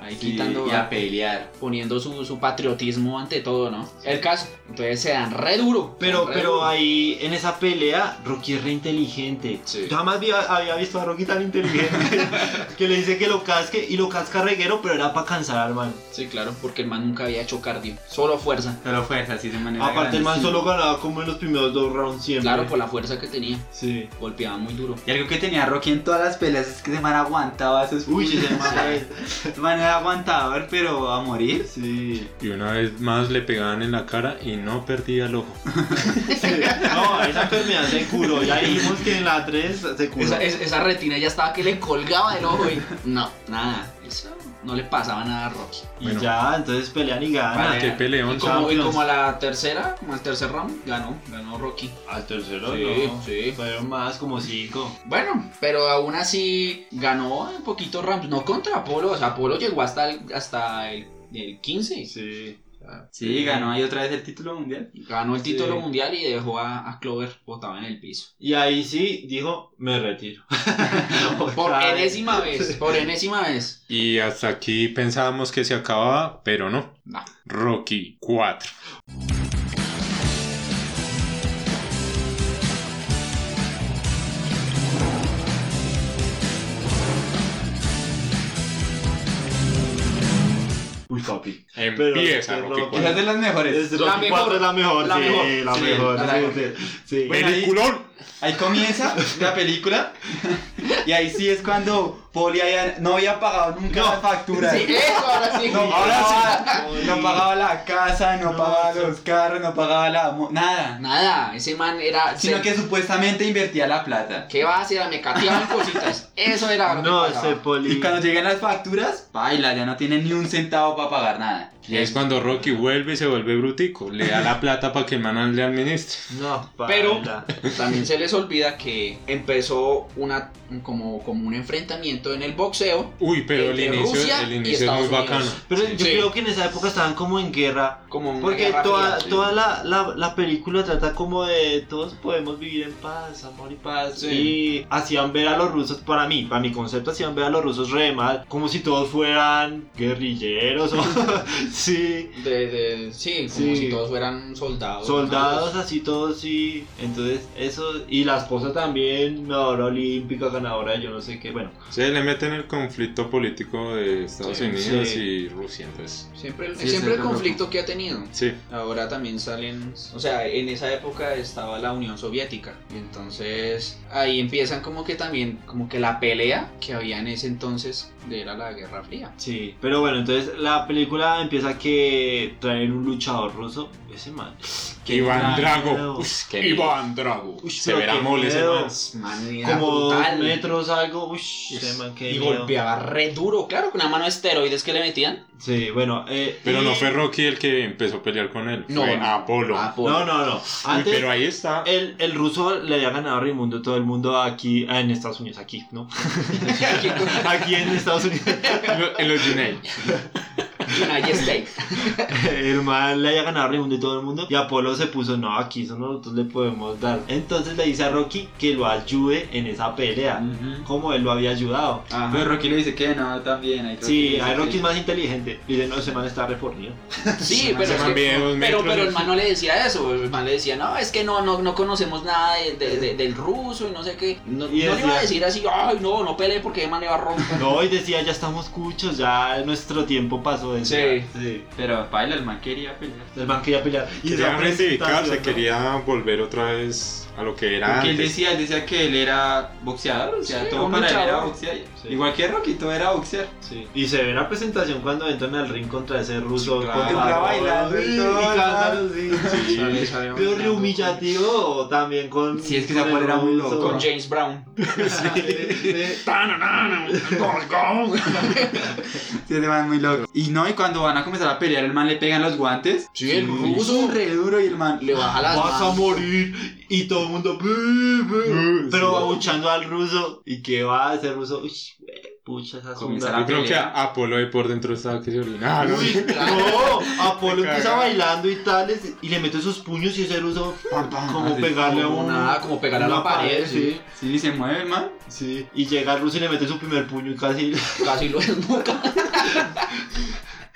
Ahí
Sí,
quitando,
y a pelear.
poniendo su, su patriotismo ante todo, ¿no? El caso. Entonces se dan re duro.
Pero,
re
pero
duro.
ahí en esa pelea, Rocky es re inteligente.
Sí.
Yo jamás vi- había visto a Rocky tan
[LAUGHS]
inteligente que le dice que lo casque y lo casca reguero, pero era para cansar al man.
Sí, claro, porque el man nunca había hecho cardio. Solo fuerza.
Pero fue así de manera.
Aparte, el man
grandísima.
solo ganaba como en los primeros dos rounds siempre.
Claro, por la fuerza que tenía.
Sí.
Golpeaba muy duro.
Y algo que tenía Rocky en todas las peleas es que ese man aguantaba esos.
Uy, ese man
[LAUGHS] Ese man era aguantador, pero a morir.
Sí.
Y una vez más le pegaban en la cara y no perdía el ojo.
Sí. No, esa enfermedad se curó. Ya dijimos que en la 3 se curó.
Esa, es- esa retina ya estaba que le colgaba del ojo y... No, nada. Eso no le pasaba nada a Rocky.
Y
Bueno.
ya, entonces pelean y ganan.
Vale.
Qué peleón.
Y como, y
Champions.
como a la tercera, como al tercer round, ganó, ganó Rocky.
Al tercero,
Sí,
no.
sí.
Fueron más como 5.
Bueno, pero aún así ganó en poquitos rounds, no contra Apolo, o sea, Apolo llegó hasta el, hasta el, el 15.
Sí.
Sí, ganó ahí otra vez el título mundial.
Ganó el
Sí.
título mundial y dejó a, a Clover botado en el piso.
Y ahí sí dijo, me retiro.
Por
[LAUGHS] Otra vez.
enésima vez, por enésima vez.
Y hasta aquí pensábamos que se acababa, pero no.
No.
Rocky 4.
Uy, papi.
Empieza
Pero-
Rocky
pero-
4.
Esa es de las mejores.
Es la
mejor.
mejor, es la mejor,
La
sí,
mejor.
la
Sí,
mejor,
la
sí,
mejor.
sí, sí.
Bueno, ahí-
¡Peliculón!
Ahí comienza
[LAUGHS]
la película. Y ahí sí es cuando Poli había- no había pagado nunca la factura.
Sí, eso, [LAUGHS] ahora sí.
No, [LAUGHS] pagaba,
sí.
no pagaba la casa, no,
No,
pagaba
sí.
los carros, no pagaba la mo- nada.
Nada, ese man era...
Sino
se-
que supuestamente invertía la plata.
¿Qué va a hacer? Me cateaban cositas. Eso era lo que
No,
pasaba.
ese poli.
Y cuando llegan las facturas, baila, ya no tiene ni un centavo para pagar nada.
Y es cuando Rocky vuelve y se vuelve brutico. Le da la plata para que el man le administre.
No,
Pero-
paila.
También se les olvida que empezó una como, como un enfrentamiento en el boxeo.
Uy, pero el
Entre
inicio,
Rusia
el
y
inicio es muy
Estados
bacano.
Unidos.
Pero
Sí.
yo creo que en esa época estaban como en guerra.
Como una
Porque
guerra
toda,
fría, sí.
toda la, la, la película trata como de todos podemos vivir en paz, amor y paz. Y hacían ver a los rusos, para mí, para mi concepto, hacían ver a los rusos re mal, como si todos fueran guerrilleros o [LAUGHS] sí,
De- de- sí, como
Sí.
si todos fueran soldados.
soldados así todos, sí. Entonces, eso, y la esposa también, ahora olímpica, ganadora, de yo no sé qué, bueno.
Se le meten el conflicto político de Estados
Sí,
Unidos
sí.
y Rusia, entonces.
Siempre, el-
Sí,
siempre el
siempre
conflicto que ha tenido.
Sí,
Ahora también salen, o sea, en esa época estaba la Unión Soviética. Y entonces ahí empiezan como que también, como que la pelea que había en ese entonces de era la Guerra Fría.
Sí, pero bueno, entonces la película empieza que traen un luchador ruso, ese man.
Iván
miedo.
Drago. Uy, Iván Drago.
Uy,
se
pero
verá
qué
mole ese
miedo.
man.
Man, era
como dos
brutal.
metros algo, uy, ese man que
Y
miedo.
golpeaba re duro, claro, con una mano de esteroides que le metían.
Sí, bueno, eh,
Pero
y-
no fue Rocky el que empezó a pelear con él.
No,
fue
no.
Apolo.
Ah, por-
No,
[LAUGHS]
no, no.
Uy,
Antes
pero ahí está.
el, el ruso le había ganado a Raimundo todo el mundo aquí ah, en Estados Unidos, aquí, ¿no? [LAUGHS] aquí en Estados Unidos. [LAUGHS]
Lo- En los Junei.
United States.
El man le había ganado a Raimundo y todo el mundo. Y Apolo se puso, no, aquí eso nosotros le podemos dar. Entonces le dice a Rocky que lo ayude en esa pelea.
Ujú.
Como él lo había ayudado.
Pero Rocky le dice que no, también. ahí Rocky le
Sí,
dice
a Rocky
que-
es más inteligente. Y dice, no, ese man está [LAUGHS] refornido.
[LAUGHS] Sí, pero,
Se
es
van
que-
bien dos
pero,
metros.
pero el man no le decía eso. El man le decía, no, es que no, no, no conocemos nada de- de- de- del ruso y no sé qué. No,
Y
no le iba
decía-
a decir así, ay, no, no pelee porque el man le va
[LAUGHS]
a romper.
No, y decía, ya estamos cuchos, ya nuestro tiempo pasó. decía.
Sí.
sí.
Pero baila, el man quería pelear.
El man quería pelear. Y
Quería
esa
rectificarse,
presentación, ¿no?
quería volver otra vez a lo que era
Porque él
antes.
decía, él decía que él era boxeador, o sea,
Sí,
todo
un
para él era
luchador.
boxear.
Sí.
Igual que Rocky, todo era boxear.
Sí. Y se ve la presentación cuando entran al ring contra ese ruso.
Sí, claro.
con
Entra
la-
bailando y todo,
y cantando, sí.
Sí.
Sale- sale
Pero
bailando.
rehumillativo también con.
Sí, es que
con
esa
el
cual era muy
ruso.
loco.
Con James Brown.
Sí.
Sí, ese man es muy loco. Y no, y cuando van a comenzar a pelear, el man le pegan los guantes.
Sí, el
Uso
ruso
re duro y el man.
le baja las
Vas a
manos.
morir y todo el mundo "Bu, bu",
Sí.
pero abuchando al ruso y que va ese ruso uy, Pucha, esa
Comienza
sonda.
Yo Ah, creo que a- Apolo ahí por dentro estaba que se orinaba. ¿no?
Uy, no, Apolo
Me
empieza
caga.
bailando y tales y le mete sus puños y ese ruso
Pam,
Ah,
pam,
como
así.
pegarle a
Como
un-
nada, como pegar a
una
la pared,
sí.
Sí, se mueve el man.
sí. Y llega el ruso y le mete su primer puño y casi [LAUGHS]
casi lo desnuca.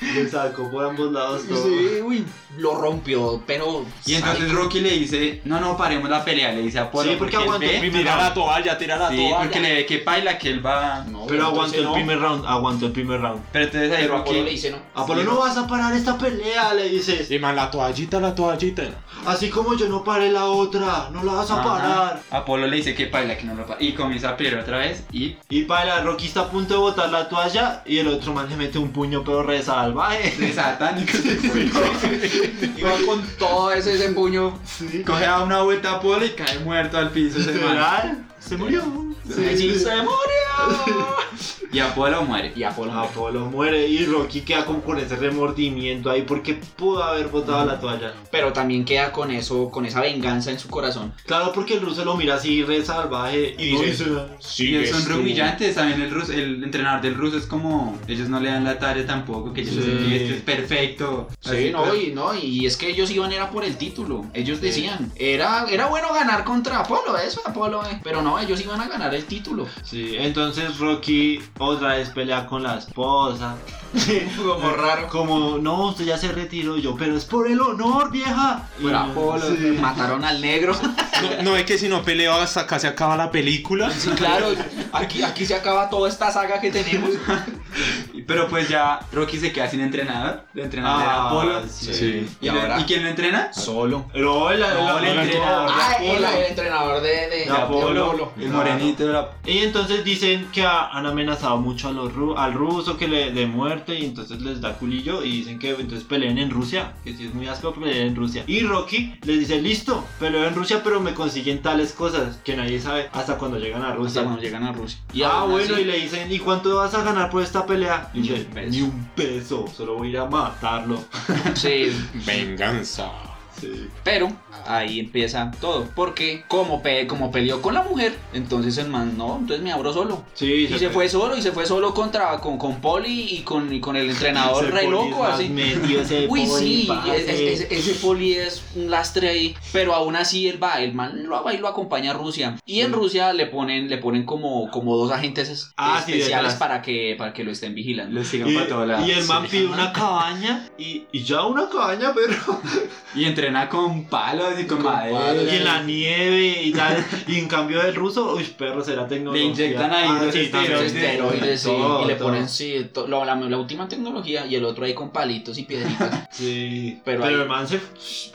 le sacó por ambos lados todo.
Sí, uy, lo rompió, pero.
Y entonces
sádico.
Rocky le dice, no, no, paremos la pelea. Le dice a Apolo.
Sí, porque
él
aguantó
ve-
el primer
Eh, Tira la
round.
toalla, tira la
Sí,
toalla.
porque le ve que paila, que él va...
No,
Pero aguantó
entonces
el
no.
primer round, aguantó el primer round.
Pero entonces ahí
Pero Apolo le
Rocky...
dice no.
Apolo,
Sí.
no vas a parar esta pelea, le dices.
Y man, la toallita, la toallita.
Así como yo no paré la otra, no la vas a
Ajá.
parar.
Apolo le dice que paila, que no lo para. Y comienza a pelear otra vez y...
Y para Rocky está a punto de botar la toalla y el otro man le mete un puño pero re salvaje.
De satánico.
Iba con todo ese ese puño.
Sí.
[LAUGHS] Coge a una vuelta a Apolo y cae muerto al piso ese man.
Literal, se murió.
Sí, se murió.
Y Apolo muere.
Y Apolo. muere.
Apolo muere y Rocky queda como con ese remordimiento ahí porque pudo haber botado la toalla.
Pero también queda con eso, con esa venganza en su corazón.
Claro, porque el ruso lo mira así re salvaje y
No,
dice,
Sí,
Y son re humillantes, también el ruso, el entrenador del ruso es como, ellos no le dan la tarea tampoco, que ellos
Sí.
dicen, este es perfecto.
Sí,
Así,
no,
pero-
y, no, y es que ellos iban era por el título. Ellos decían, era, era bueno ganar contra Apolo, eso Apolo, eh. pero no, ellos iban a ganar el [LAUGHS] título.
Sí, entonces Rocky otra vez pelea con la esposa.
Como raro.
Como, no, usted ya se retiró Y yo, pero es por el honor, vieja. Y
Pero
no,
Apolo,
sí.
mataron al negro.
No, no es que si no peleo hasta casi acaba la película.
[LAUGHS] [LAUGHS] Sí, claro, aquí, aquí se acaba toda esta saga que [LAUGHS] tenemos.
Pero pues ya Rocky se queda sin entrenador, de entrenador era
Ah,
Apolo.
sí.
¿Y,
Y
lo-
ahora-
¿y quién lo entrena?
Solo.
Pero el, el-
No,
el
el
entrenador de
Ah, el,
Apolo.
el entrenador de, de-
De Apolo.
El
Claro.
morenito de la...
Y entonces dicen que ha- han amenazado mucho a los ru- al ruso que le de muerte y entonces les da culillo y dicen que entonces peleen en Rusia, que si es muy áspero peleen en Rusia. Y Rocky les dice, listo, peleo en Rusia pero me consiguen tales cosas que nadie sabe hasta cuando llegan a
Hasta
Rusia.
cuando llegan a Rusia.
Y ah,
aún
bueno,
así-
y le dicen, ¿y cuánto vas a ganar por esta pelea? Y
Ni
dice,
un peso.
ni un peso, solo voy a ir a matarlo.
[LAUGHS] Sí,
Venganza.
Sí.
Pero ahí empieza todo. Porque como, pe- como peleó con la mujer, entonces el man, no, entonces me abro solo.
Sí,
Y se fue solo, y se fue solo contra con, con Poli y con, y con el entrenador
Se
re
pone
loco,
más
así.
metido ese
Uy,
poli,
sí, es-
parce.
es- es- ese Poli es un lastre ahí. Pero aún así él va, el man lo va y lo acompaña a Rusia. Y en Rusia le ponen, le ponen como, como dos agentes es-
Ah, sí,
especiales
detrás.
para que, para que lo estén vigilando.
Lo siguen
Y,
para todos lados.
y el man pide una cabaña y, y ya una cabaña, pero... [LAUGHS]
Y entrena con palos y con,
Con
madera.
palos.
Y en la nieve y tal. Y en cambio del ruso, uy, perro, será tecnología. Ah,
Le inyectan ahí los
también.
Los esteroides, sí,
Todo,
y le
todo.
ponen sí, to- lo- la, la última tecnología y el otro ahí con palitos y piedritas.
Sí.
Pero
Pero,
ahí-
el man se.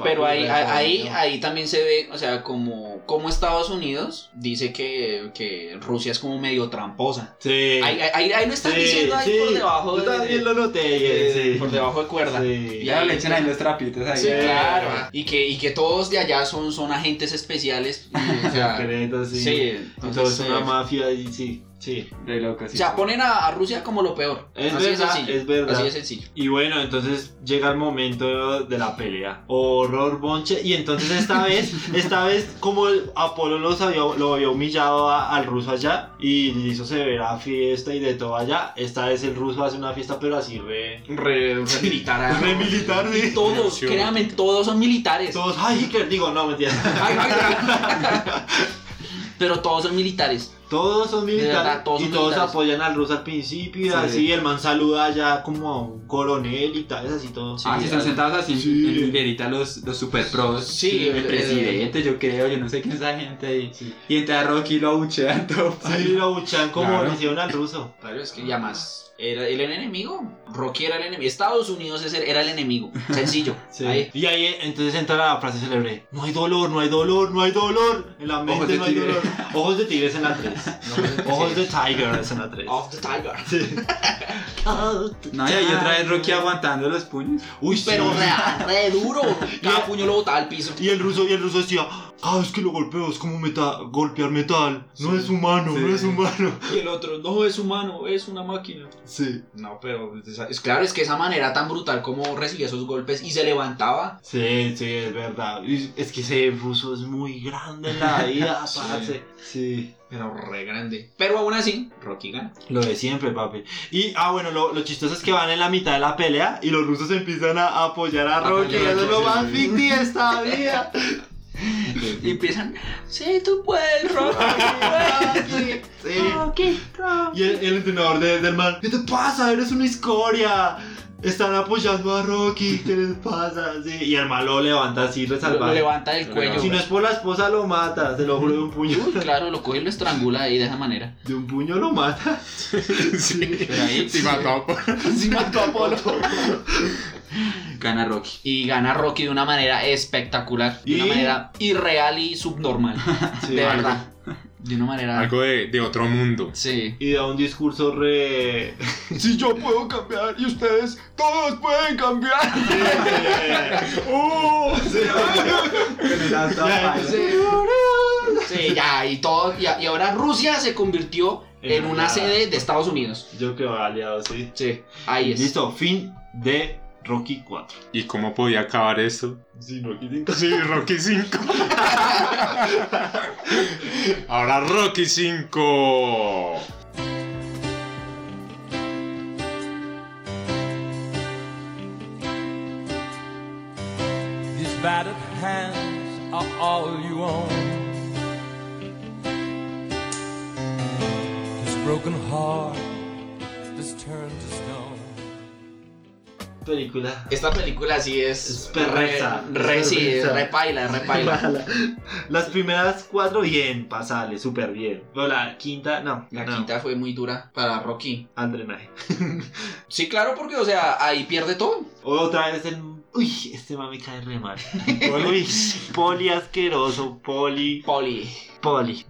Pero ahí, ahí, ahí,
Papi,
ahí también se ve, o sea, como, como Estados Unidos dice que, que Rusia es como medio tramposa.
Sí.
Ahí, ahí, ahí- ahí lo están
Sí,
diciendo ahí por
sí.
debajo
Yo
de,
también
de-
lo noté.
de-
eh,
por debajo de cuerda.
Sí.
Ya le echan ahí los trapitos ahí. eh,
Sí,
Sí.
claro. Y que, y que todos de allá son, son agentes especiales.
[LAUGHS]
y, o sea,
Secretos, sí.
sí,
Y todo es
entonces,
una
eh,
mafia y sí. Sí.
De loco, sí.
o sea, ponen a, a Rusia como lo peor.
Es
así
verdad,
es sencillo.
es verdad.
Así es sencillo.
Y bueno, entonces llega el momento de la pelea. Horror bonche. Y entonces [LAUGHS] esta vez, esta vez como el Apolo los había, lo había humillado a- al ruso allá y le hizo severa fiesta y de todo allá, esta vez el ruso hace una fiesta pero así re...
Re, militar. ah,
Re militar, sí.
Todos,
Sí.
créanme, todos son militares.
Todos, ay Hitler, digo, no, mentira.
Ay, ay, ay. [LAUGHS] Pero todos son militares.
Todos son militares
verdad, todos
y
son
todos
militares.
apoyan al ruso al principio y
Sí.
así el man saluda allá como a un coronel y tal, así todo.
Ah, si están sentados así
Sí.
en hilerita los, los super pros.
Sí, el-
el,
el-
presidente, yo creo, yo no sé quién es esa gente ahí. Y entra Rocky y lo abuchean todo.
Sí, lo buchan como
Claro.
le hicieron al ruso.
Claro, es que ya más. Era el enemigo. Rocky era el enemigo. Estados Unidos ese era el enemigo. Sencillo.
[LAUGHS] Sí.
Ahí.
Y ahí entonces entra la frase célebre: No hay dolor, no hay dolor, no hay dolor. En la mente
Ojos de
no hay
tigre.
dolor. Ojos de tigre es en la
[LAUGHS]
3. Ojos de tiger es en la 3.
Off the
[LAUGHS]
tiger.
No, y ahí otra vez Rocky aguantando los puños.
Uy,
Pero
sí.
re, re
[LAUGHS]
duro. Cada puño lo botaba al piso.
Y el ruso, y el ruso decía, ah, es que lo golpeo, es como meta golpear metal, no
Sí.
es humano,
Sí.
no es humano.
Y el otro, no es humano, es una máquina.
Sí,
No, pero es- es claro, es que esa manera tan brutal como recibía esos golpes y se levantaba.
sí, sí, es verdad. Y Es que ese ruso es muy grande en
[LAUGHS]
la vida, parce. Sí.
Pero re grande. Pero aún así, Rocky gana.
Lo de siempre, papi. Y, ah, bueno, lo, lo chistoso es que van en la mitad de la pelea y los rusos empiezan a apoyar a Rocky.
Apoyar a
Eso es lo
Rocky,
más
sí.
ficti de esta
[LAUGHS]
vida.
Y empiezan, sí, tú puedes, Rocky. Rocky,
Sí.
Rocky, Rocky".
Y el, el entrenador de, del man, ¿qué te pasa? Eres una escoria. Están apoyando a Rocky, ¿qué les pasa? Sí. Y el man lo levanta así,
Lo, lo
resalvado.
levanta del
Lo
cuello.
Si no es por la esposa, lo mata. Se lo juro de un puño.
Uy, claro, lo coge y lo estrangula ahí de esa manera.
De un puño lo [LAUGHS] mata.
Sí.
Pero ahí
Sí, mató.
[LAUGHS] Sí, mató a
[LAUGHS]
Apolo.
Gana Rocky. Y gana Rocky de una manera espectacular. De
Y-
una manera irreal y subnormal.
[LAUGHS] Sí.
de verdad. De una manera.
Algo de, de otro mundo.
Sí.
Y da un discurso re. [LAUGHS] Si yo puedo cambiar y ustedes todos pueden cambiar.
[LAUGHS]
¡Oh!
[LAUGHS]
Ya,
Sí, ya, y todo. Y, a- y ahora Rusia se convirtió en
En
una
la-
sede de Estados Unidos.
Yo creo aliado, sí.
Sí, ahí es.
Listo, fin de Rocky 4.
¿Y cómo podía acabar eso?
Sí, Rocky 5.
Sí, Rocky 5. [LAUGHS] Ahora Rocky 5.
These battered hands are all you own. This broken heart is turned to stone.
Película.
Esta película sí es.
Es perversa.
Re, re-
Es
sí,
perversa.
repaila, repaila.
[LAUGHS] Mala. Las primeras cuatro, bien, pasable, súper bien. Pero la quinta, no.
La
no,
quinta fue muy dura para Rocky.
Al drenaje.
Sí, claro, porque, o sea, ahí pierde todo.
Otra vez el. Uy, este mami cae re mal. Uy, poli asqueroso, poli.
Poli.
Poli.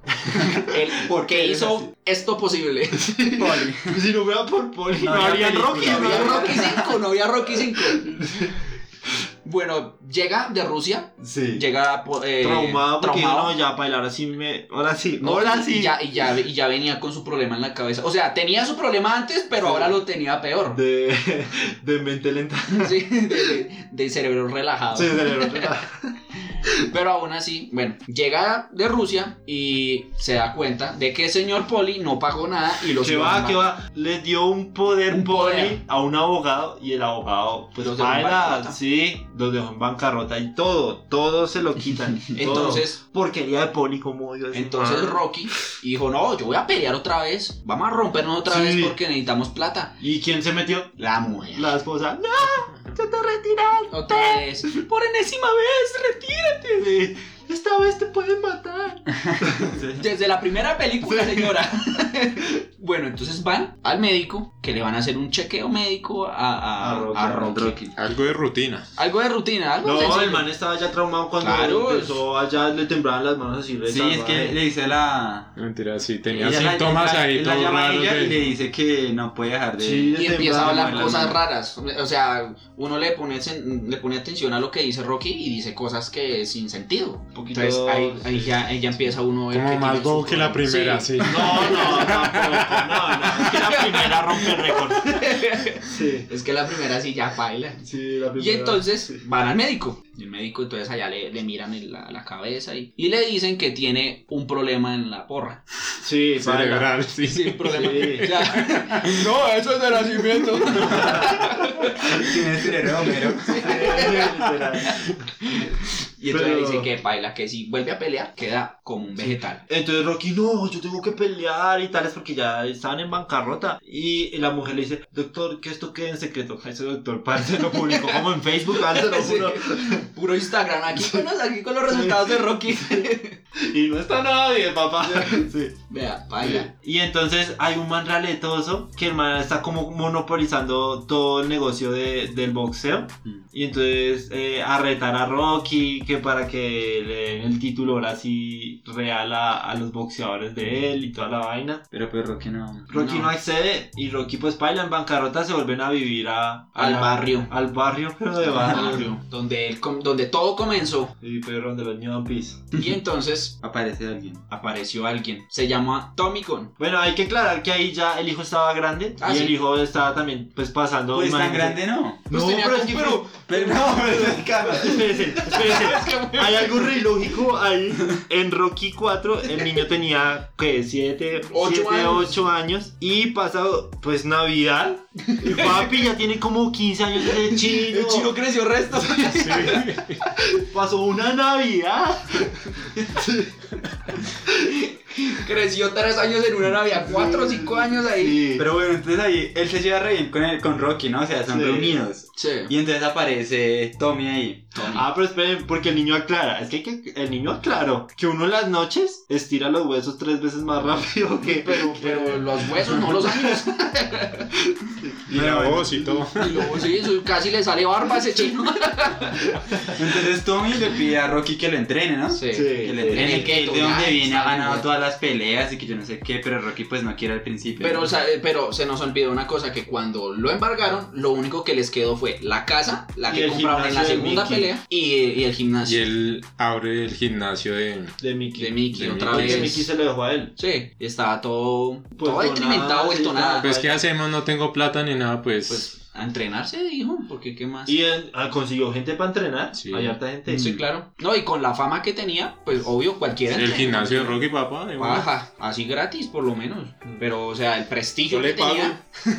El
¿Por
que
qué eres
hizo
así?
[LAUGHS]
esto posible.
Poli.
Si no fuera por poli,
No
no,
habría
haría
película,
Rocky.
No
No
había
habría
Rocky 5, no había
[LAUGHS]
Rocky 5. Bueno, llega de Rusia,
Sí.
llega eh,
Traumado porque
traumado.
no, ya, para ahora sí me. Ahora sí,
No,
ahora
y-
sí.
Y ya, y, ya, y ya venía con su problema en la cabeza. O sea, tenía su problema antes, pero
Sí.
ahora lo tenía peor.
De, [LAUGHS] de mente lenta.
[LAUGHS] Sí, de, de- de cerebro relajado.
Sí, cerebro relajado.
Pero aún así, bueno, llega de Rusia y se da cuenta de que el señor Poli no pagó nada y los
Que
iba a
va, que
matar.
va. Le dio un poder
Un
poli
poder.
a un abogado y el abogado, pues,
Los dejó en bancarrota.
baila, sí, los dejó en bancarrota y todo, todo se lo
[LAUGHS]
quitan. todo.
Entonces,
porquería de poli, como odio a ese
entonces
man.
Rocky dijo, no, yo voy a pelear otra vez. Vamos a rompernos otra
Sí.
vez porque necesitamos plata.
¿Y quién se metió?
La mujer.
La esposa. ¡No! ¡Ya te retiraste!
Otra vez.
¡Por enésima vez! ¡Retírate! Sí. Esta vez te pueden
[LAUGHS]
matar. Sí.
Desde la primera
[LAUGHS]
película, señora. bueno, entonces van al médico, que le van a hacer un chequeo médico a, a,
A Rocky,
a
a
Rocky.
Rocky.
Algo de rutina.
Algo de rutina, algo
No,
sencillo.
el man estaba ya traumado cuando
Claro.
empezó allá, le temblaban las manos así. re
Sí, es que
salvaje.
le dice la.
No, Mentira, sí, tenía
ella la-
síntomas
la-
ahí
él la
todos
llama a
raros.
ella y le
de-
dice que no puede dejar de.
Sí, le
Y empieza a
temblaban
hablar
las
cosas
manos.
raras. O sea, uno le pone, sen- le pone atención a lo que dice Rocky y dice cosas que sin sentido.
poquito-
Entonces ahí, ahí ya, ahí ya empieza uno a ver.
Como
que
más
tiene
go
su
que la
problema.
primera,
Sí.
sí.
No, no, tampoco, no, no, es que la primera rompe récord. Sí,
[LAUGHS] Es que la primera sí ya baila.
sí, la
Y
primera.
[LAUGHS]
entonces van al médico. Y el médico entonces allá le, le miran el- la, la cabeza y, y le dicen que tiene un problema en la porra.
Sí, para.
Cerebral, sí.
Sí, un problema.
Sí.
O [LAUGHS] sea, no, eso es de nacimiento.
Tiene cerebro, [LAUGHS] pero.
Y entonces
Pero-
le dicen que baila, que si vuelve a pelear queda como un vegetal.
Entonces Rocky, no, yo tengo que pelear y tales porque ya estaban en bancarrota. Y la mujer le dice, doctor, que esto quede en secreto. Ese doctor, parce, lo publicó como en Facebook, parce, lo juro.
Puro Instagram, aquí con los, aquí con los resultados de Rocky.
Y no está nadie, papá. Sí.
Vea, baila.
Y entonces hay un man raletoso que el man está como monopolizando todo el negocio de- del boxeo.
Mm.
Y entonces eh, a retar a Rocky, que que para que le den el título ahora sí real a, a los boxeadores de él y toda la vaina.
Pero pues Rocky no.
Rocky no, accede y Rocky pues baila en bancarrota, se vuelven a vivir a, a
Al
la-
barrio.
Al barrio, pero de barrio.
Donde, él com- donde todo comenzó.
Y pero donde los New Peace.
Y entonces
Aparece alguien.
apareció alguien. Se llama Tommy Gunn.
Bueno, hay que aclarar que ahí ya el hijo estaba grande
Ah,
y el
sí.
hijo estaba también pues pasando...
Pues tan
imagínate.
grande no.
No,
Pues tenía
pero es
con-
que
pero-
Pero no,
Espérense, espérense. Hay algo re ilógico ahí. En Rocky 4 el niño tenía que 7,
Ocho
7,
años.
8 años y pasado pues Navidad y papi ya tiene como 15 años de chino.
[LAUGHS] El chico creció resto.
Pasó una Navidad.
[LAUGHS] creció tres años en una Navidad. Cuatro o cinco años ahí.
Sí.
Pero bueno, entonces ahí él se lleva re bien con, él, con Rocky, ¿no? O sea, son
Sí.
reunidos.
Sí.
Y entonces aparece Tommy ahí.
Ah, pero esperen, porque el niño aclara. Es que, hay que- el niño aclaró que uno en las noches estira los huesos tres veces más rápido que.
Pero, pero los huesos, no los años.
Y la
Pero bueno.
voz y todo.
Y luego sí, eso casi le sale barba a ese chino.
Entonces Tommy le pide a Rocky que lo entrene, ¿no?
Sí.
Que le
sí.
En
entrene,
el
que
gueto,
de dónde
ya,
viene, ha
está bien,
ganado
ya.
todas las peleas y que yo no sé qué, pero Rocky pues no quiere al principio.
Pero, o sea, eh, pero se nos olvidó una cosa, que cuando lo embargaron, lo único que les quedó fue la casa, la
Y
que
el
compraron en la
gimnasio de
segunda
Mickey.
pelea, y, y el
Y
gimnasio
él abre el gimnasio de...
De Mickey.
de Mickey
de
otra
Mickey.
Porque
vez.
Mickey se lo dejó a él.
Sí, estaba todo,
Pues,
todo
donada,
detrimentado,
sí,
vuelto nada.
donada.
Pues ¿qué hacemos? No tengo plata ni nada, pues...
Ah, Pues a entrenarse, dijo, porque qué más.
Y Mm. él ah, consiguió gente para entrenar.
Sí.
Hay harta gente.
Sí, claro. No, y con la fama que tenía, pues obvio, cualquiera.
el gimnasio de Rocky, papá. de una.
Baja, así gratis por lo menos.
Mm.
Pero, o sea, el prestigio
Yo
que
le pago.
tenía. [LAUGHS]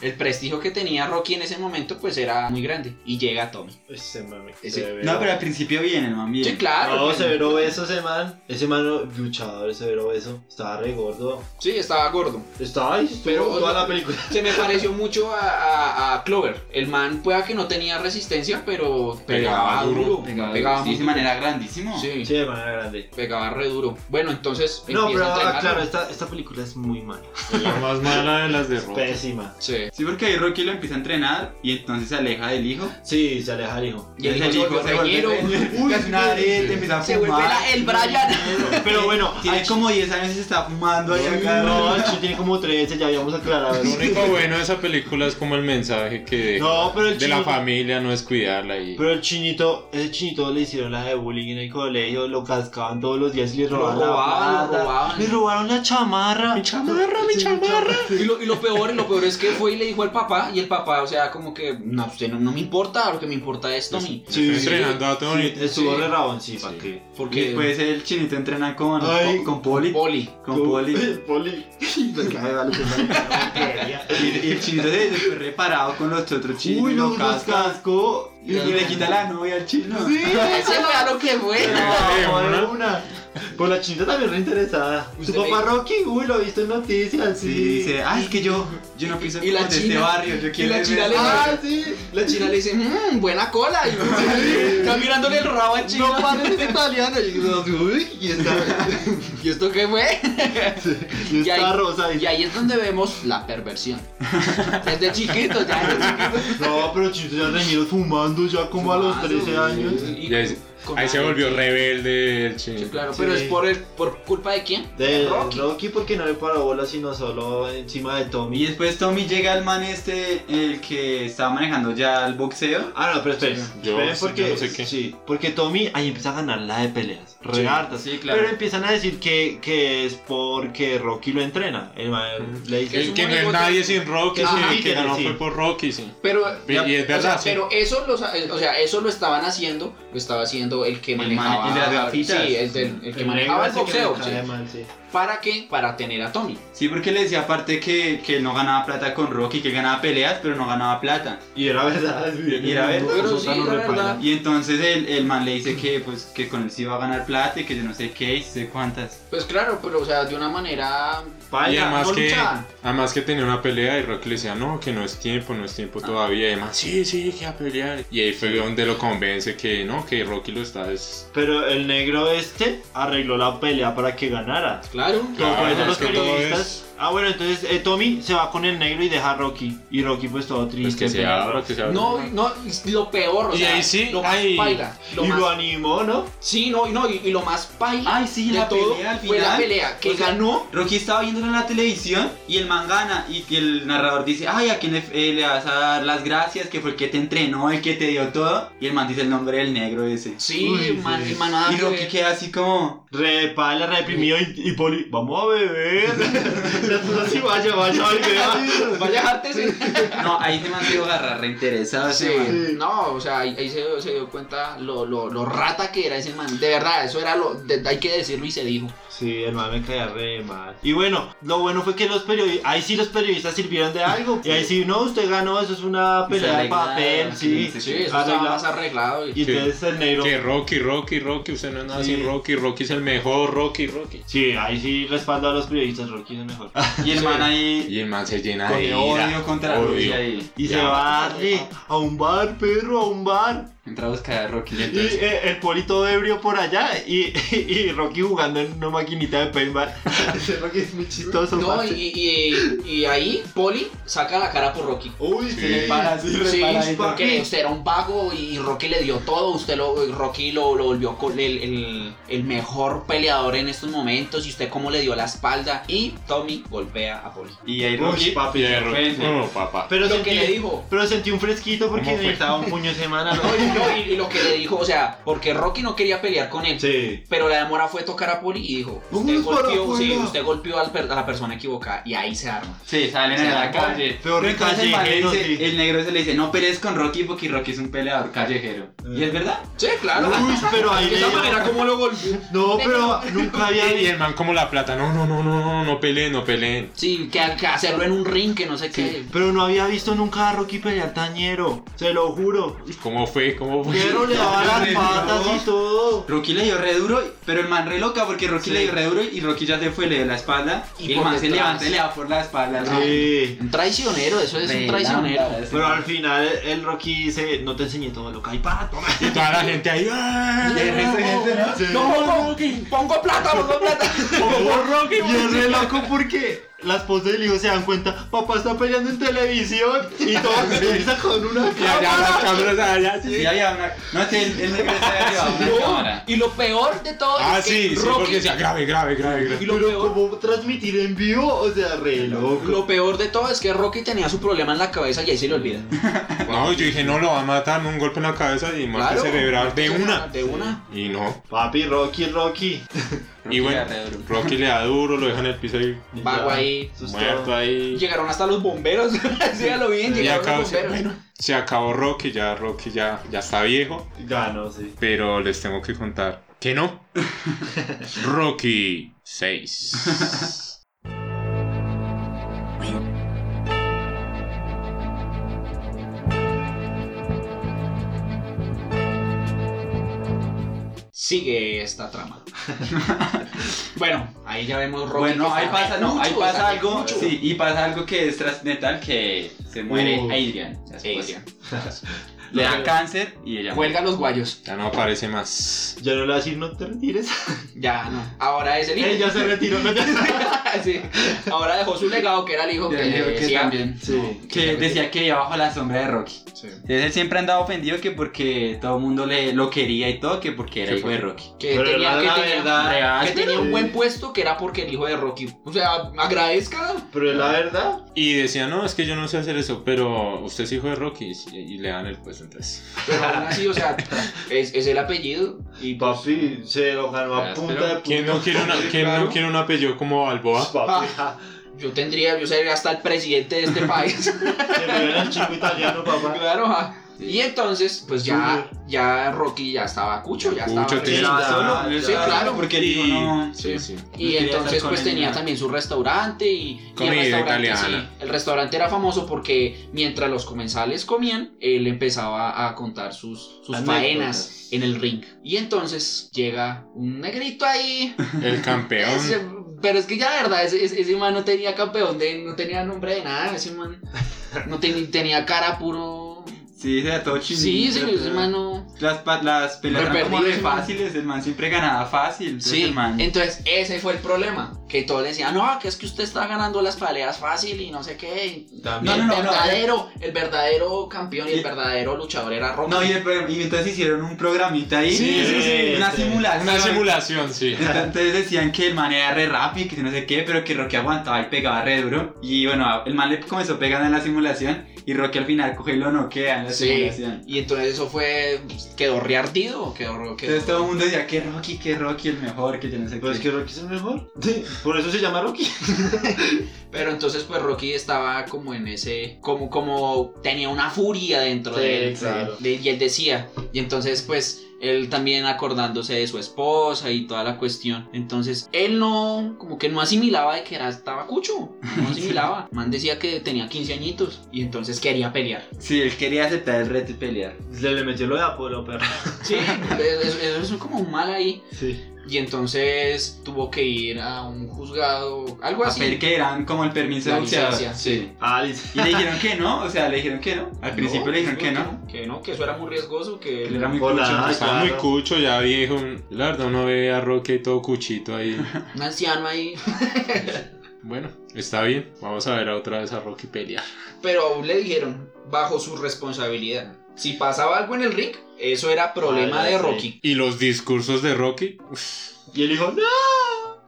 el prestigio que tenía Rocky en ese momento, pues era muy grande. Y llega Tommy.
Ese man.
Ese-
severo.
no, pero al principio viene, man, bien.
Sí, claro. pues,
No,
bien.
severo beso ese man. Ese man, no, luchador, severo beso. Estaba re gordo.
Sí, estaba gordo.
Estaba ahí, estuvo
Pero, o
toda
sea,
la película.
Se me pareció mucho a, a- a Clover. El man, pueda que no tenía resistencia, pero pegaba,
Pegaba
duro.
duro,
Pegaba,
sí,
muy
de
duro.
manera grandísimo.
Sí,
Sí, de manera grande.
pegaba re duro. Bueno, entonces.
No, pero
empieza a
ah,
entrenar.
claro, esta, esta película es muy mala.
Es la más mala de las de Rocky.
Pues,
Pésima.
Sí.
Sí, porque ahí Rocky lo empieza a entrenar y entonces se aleja del hijo.
Sí, se aleja el
[LAUGHS]
hijo.
Y el
Entonces
hijo se volvió reñero.
vuelve-
Uy,
casi una arete,
sí.
empieza a
Se vuelve
fumar.
la- el Brian.
Pero bueno,
tiene
hay-
como 10 años y se está fumando ahí
[LAUGHS]
acá.
No, el chico tiene como 13, ya habíamos aclarado.
Lo único bueno de esa película es como el mensaje que deja
No, pero el
de la
chico-
familia no es cuidarla y
Pues,
Pero el chinito, ese chinito le hicieron la de bullying en el colegio, lo cascaban todos los días y le
Lo
robaban
robaban,
la
lo
plata.
robaban.
Me robaron la chamarra. Mi chamarra, mi chamarra.
Y lo, y lo peor, y lo peor es que fue y le dijo al papá, y el papá, o sea, como que, no, usted no, no me importa, lo que me importa es Tommy.
Estoy entrenando a Tony.
Estuvo
Sí.
re rabón, sí, pues. ¿pa'
Sí.
qué?
Y
Porque
después el chinito entrena con,
Ay.
con, Poli.
Poli.
Con Poli.
eh, [LAUGHS] Poli. Pues, [LAUGHS]
Y el chinito se se fue reparado con los otros chinos.
Uy,
lo
los
casca.
cascó.
Y le quita [LAUGHS] la novia al chino.
[LAUGHS] Ese fue a lo que
[LAUGHS]
fue.
una. una. Pues la chinita también re interesada. Su
Usted
papá Rocky, uy, lo he visto en noticias,
Sí,
sí.
dice, ay, es que yo, yo no pienso
Y la
como de
china-
este barrio, yo quiero
la
ir
china
a-
le-
Ah, sí.
La china le dice, mmm, buena cola. Y está mirándole el rabo al chino.
No parece italiano. Y yo, uy, y está,
[LAUGHS]
[LAUGHS]
¿Y esto qué fue?
y
Y ahí-
está rosa.
Y ahí es donde vemos
[LAUGHS]
la perversión. Desde chiquito, ya desde chiquito.
No, pero chito ya reñido fumando ya como a los 13 años.
Y-
Y ahí,
con
ahí
la
se volvió
gente.
rebelde el chino.
Sí, Claro,
Sí.
pero es por, el, por culpa de quién?
De
Rocky.
Rocky. porque no le paró bola, sino solo encima de Tommy.
Y después Tommy llega al man este, el que estaba manejando ya el boxeo.
Ah, no, pero esperen.
Yo-
esperen
sí,
porque,
yo no sé qué.
sí, porque Tommy ahí empieza a ganar la de peleas. Re hartas.
sí, claro.
Pero empiezan a decir que, que es porque Rocky lo entrena. El man le dice.
Es
El
un
que no es
monigote.
nadie sin Rocky,
Ah,
sí,
sí,
el que
tiene,
ganó
sí.
fue por Rocky, sí.
Pero,
Y es
o sea,
verdad, sí.
pero eso, lo, o sea, eso lo estaban haciendo, lo estaba haciendo el que
El man-
manejaba.
el de las gafitas.
Sí, el, del- el que
negro
manejaba el
ese que
boxeo.
me
sí.
cae mal, sí.
¿Para qué? Para tener a Tommy.
Sí, porque le decía aparte que, que él no ganaba plata con Rocky, que él ganaba peleas, pero no ganaba plata.
Y era
[LAUGHS]
verdad.
Y era verdad.
Pero
Nosotros
sí,
no
era
repara.
verdad.
Y entonces el, el man le dice que, pues, que con él sí iba a ganar plata y que yo no sé qué y sé cuántas.
Pues claro, pero o sea, de una manera.
Paila,
y además
no
que,
luchaban.
además que tenía una pelea y Rocky le decía, no, que no es tiempo, no es tiempo todavía. Y además, sí, sí, que a pelear. Y ahí fue donde lo convence que no, que Rocky lo está es...
Pero el negro este arregló la pelea para que ganara.
Claro.
Como
Claro,
por eso
Ah, es
los
que todo
periodistas
es-
Ah, bueno, entonces eh, Tommy se va con el negro y deja a Rocky. Y Rocky, pues todo triste.
Pues que se
pena.
abra, que se abra.
No, no, y lo peor, o
Y
sea,
ahí sí,
lo más
ay,
paila. Lo
y
más-
lo animó, ¿no?
sí, no, y no, y, y lo más paila
Ay, sí,
de
la
todo
pelea al
fue la
final.
pelea que
O sea,
ganó.
Rocky estaba viéndolo en la televisión y el man gana y que el narrador dice, ay, a quién le, eh, le vas a dar las gracias, que fue el que te entrenó, el que te dio todo. Y el man dice el nombre del negro ese.
Sí,
Uy,
man,
Ah, sí.
el man nada
Y
que
Rocky
ver.
queda así como...
Repala, reprimido y, y Poli, vamos a beber. Las cosas así, vaya, vaya, vaya.
Pues Vaya artes.
No, ahí se me han agarrar reinteresado
Sí,
ese man.
no, o sea, ahí, ahí se, se dio cuenta lo, lo, lo rata que era ese man. De verdad, eso era lo. de- hay que decirlo y se dijo.
Sí, el man me caía re mal. Y bueno, lo bueno fue que los periodistas, ahí sí los periodistas sirvieron de algo. Y ahí sí, no, usted ganó, eso es una
Y se
pelea de
arreglaron,
papel, sí.
sí,
Sí, eso
Arregla-
estaba más arreglado. Y,
Y entonces el negro.
Que Rocky, Rocky, Rocky, usted no es nada
Sí.
sin Rocky, Rocky es el mejor, Rocky, Rocky.
Sí, ahí sí respaldo a los periodistas, Rocky es el mejor.
Y el man ahí...
Y el man se llena
Con
de
el
ira.
odio contra
odio.
Rocky ahí.
Y
Ya.
se va re, a un bar, perro, a un bar.
Entra a buscar a Rocky.
Y eh, el polito ebrio por allá y, [LAUGHS] y Rocky jugando en una maquinita de paintball. [LAUGHS] Ese Rocky es muy chistoso.
no,
parce.
y, y, y ahí Poli saca la cara por Rocky.
Uy,
Sí.
se le para así,
Sí,
repara ahí.
porque usted era un vago y Rocky le dio todo. Usted lo, Rocky lo, lo volvió con el, el- el mejor peleador en estos momentos. Y usted cómo le dio la espalda. Y Tommy golpea a Poli.
Y ahí
Uy,
Rocky...
papi,
Y ahí
se
Rocky,
ofende.
no, papá.
Pero
Lo que
sentí,
le dijo.
pero sentí un fresquito porque
¿Cómo fue?
necesitaba un puño de semana. ¿no?
No, y, no, y- y lo que le dijo, o sea, porque Rocky no quería pelear con él.
Sí.
Pero la demora fue tocar a Poli y dijo: Usted
Vamos para
golpeó, sí,
afuera.
usted golpeó al per- a la persona equivocada. Y ahí se arma.
Sí, salen
Sí,
a la
la
calle.
peor
Pero entonces el, man le
callejero,
dice-
sí.
el negro se le dice, no pelees con Rocky porque Rocky es un peleador callejero. Y es verdad.
Sí, claro.
Uy, pero ahí
de esa
le-
manera, ¿cómo lo golpeó?
No, pero
[LAUGHS]
nunca había
Y
visto.
el man como la plata, no, no, no, no, no, no peleen, no peleen.
Sí, que, que hacerlo en un ring, que no sé qué.
Pero no había visto nunca a Rocky pelear tañero. Se lo juro.
¿Cómo fue? ¿Cómo fue?
Pero le daba las
no,
patas
no.
y todo.
Rocky le dio re duro, pero el man re loca porque Rocky
Sí.
le dio re duro y Rocky ya se fue, le dio la espalda.
Y
Y, el
por
man se
detrás.
levanta y le da por la espalda. al Rocky.
Sí.
Un traicionero, eso es un
Re
traicionero.
Ah,
lámpara ese
Pero al
man.
final el Rocky dice, no te enseñé todo lo que hay para tomar.
[LAUGHS]
Y toda la gente ahí. ¡ah!
Y el resto de gente, ¿no?
No, no, pongo
[LAUGHS]
plata, pongo plata.
Rocky, y es re loco porque las poses del hijo se dan cuenta, papá está peleando en televisión y todo se empieza con una
Y allá las
cámara.
cámaras, allá sí.
Sí, había una... No, sí, él,
[LAUGHS]
él regresó y había llevado una cámara.
Y lo peor de todo
Ah,
es que
sí, sí,
Rocky-
porque decía grave, grave, grave, grave.
y lo
Pero
peor,
como transmitir en vivo, o sea, re loco.
lo peor de todo es que Rocky tenía su problema en la cabeza y ahí se le olvida.
No, yo dije, no, lo va a matar, un golpe en la cabeza y muerte
Claro.
cerebral de una.
De una.
Y no.
Papi, Rocky, Rocky.
Y bueno, Rocky le da duro, lo deja en el piso ahí,
Y
Vago
ya,
ahí.
asustado.
muerto ahí.
Llegaron hasta los bomberos. [LAUGHS] sí, a lo bien,
Y
llegaron
acá,
los bomberos.
bueno, se acabó Rocky, ya Rocky ya, ya está viejo.
Ganó, sí.
Pero les tengo que contar que no. Rocky 6.
Sigue esta
[LAUGHS]
trama. bueno, ahí ya vemos Rocky.
Bueno,
que
ahí
sabe
pasa, no, ahí
mucho,
pasa
sabe
algo,
mucho.
sí, y pasa algo que es trascendental que se muere
Uh.
Adrian, la esposa.
[LAUGHS] Adrian.
Le da cáncer y ella muere.
Cuelga los guayos.
Ya no aparece más.
Ya no le va a decir, no te retires.
Ya, no.
[LAUGHS]
Ahora es el hijo.
Él ya se retiró. no te-
[LAUGHS] Sí. Ahora dejó su legado que era el hijo
Y
que,
el hijo que
decía,
también.
[LAUGHS] Sí.
que decía que iba bajo la sombra de Rocky. Entonces él siempre andaba ofendido que porque todo el mundo le, lo quería y todo, que porque era
Sí,
hijo de Rocky.
que
Pero
tenía,
la-
que
la
tenía-
verdad,
que tenía un
sí.
buen puesto que era porque el hijo de Rocky. O sea, agradezca.
Pero la verdad,
Y decía, no, es que yo no sé hacer eso, pero usted es hijo de Rocky y, y le dan el puesto entonces.
Pero aún así, o
[LAUGHS]
sea, es, es el apellido.
y papi se lo ganó a
Pero,
punta de
¿Quién no quiere, una- quién no quiere un apellido como Balboa?
Papi,
Yo tendría, yo sería hasta el presidente de este país.
se me ve el chico italiano, papá.
claro, ajá. Y entonces, pues ya, ya Rocky ya estaba cucho, ya estaba.
Cucho, tenía-
Estaba
ya,
solo, él
sí,
estaba
claro,
solo porque él
y-
dijo no.
Sí.
sí.
No
Y
quería
entonces
estar con
pues
él ni
tenía
nada.
también su restaurante y, y
Comida
el restaurante
italiana.
sí, el restaurante era famoso porque mientras los comensales comían, él empezaba a contar sus, sus
Anécdotas.
faenas en el ring. Y entonces llega un negrito ahí,
El campeón.
ese- pero es que ya la verdad, ese, ese- ese man no tenía campeón, de, no tenía nombre de nada, ese man no ten- tenía cara puro
Sí, era todo chingón.
Sí, sí, ese man no-
Las, pa- las peleas
Re
eran como re
perdido, man.
fáciles, el man siempre ganaba fácil. entonces
Sí,
el man.
entonces ese fue el problema. Que todos decían, no, que es que usted está ganando las peleas fácil y no sé qué. y-
No,
el
no, no, no.
verdadero, el verdadero campeón y el
Sí.
verdadero luchador era Rocky.
No, y, el- y entonces hicieron un programita ahí.
Sí, sí, sí.
Una
Sí.
simulación.
Una simulación, sí.
Entonces decían que el man era re rápido, que no sé qué, pero que Rocky aguantaba y pegaba re duro. Y bueno, el man le comenzó pegando en la simulación y Rocky al final coge y lo noquea en la
Sí.
simulación.
Y entonces eso fue. Quedó reardido. Quedó, quedó-
Entonces todo el mundo decía que Rocky, que Rocky el mejor, que yo no sé
Pero es
qué.
que Pues, Rocky es el mejor. Sí, por eso se llama Rocky.
Pero entonces, pues Rocky estaba como en ese. Como, como tenía una furia dentro
Sí,
de él.
claro.
de- y él decía. Y entonces, pues. Él también acordándose de su esposa y toda la cuestión. Entonces, él no, como que no asimilaba de que era, estaba cucho.
[LAUGHS]
No asimilaba. Man decía que tenía 15 añitos y entonces quería pelear.
Sí, él quería aceptar el reto y pelear.
Se le metió lo de Apolo, perro.
Sí, eso, eso [LAUGHS] es como un mal ahí.
Sí.
Y entonces tuvo que ir a un juzgado, algo
A
así.
ver que eran como el permiso
Pues La
de boxeador.
licencia, sí.
Alice.
Y le dijeron que no, o sea, le dijeron que no. Al principio le dijeron que no.
Que no, que eso era muy riesgoso, que
Él era muy
Hola.
cucho.
Estaba
claro.
muy cucho, ya viejo. La verdad, uno ve a Rocky todo cuchito ahí.
un anciano ahí. [LAUGHS]
Bueno, está bien. Vamos a ver a otra vez a Rocky pelear.
Pero aún le dijeron, bajo su responsabilidad. Si pasaba algo en el ring, eso era problema
Ah, ya
de
sé.
[LAUGHS]
Rocky.
Y los discursos de Rocky.
Y él dijo, no.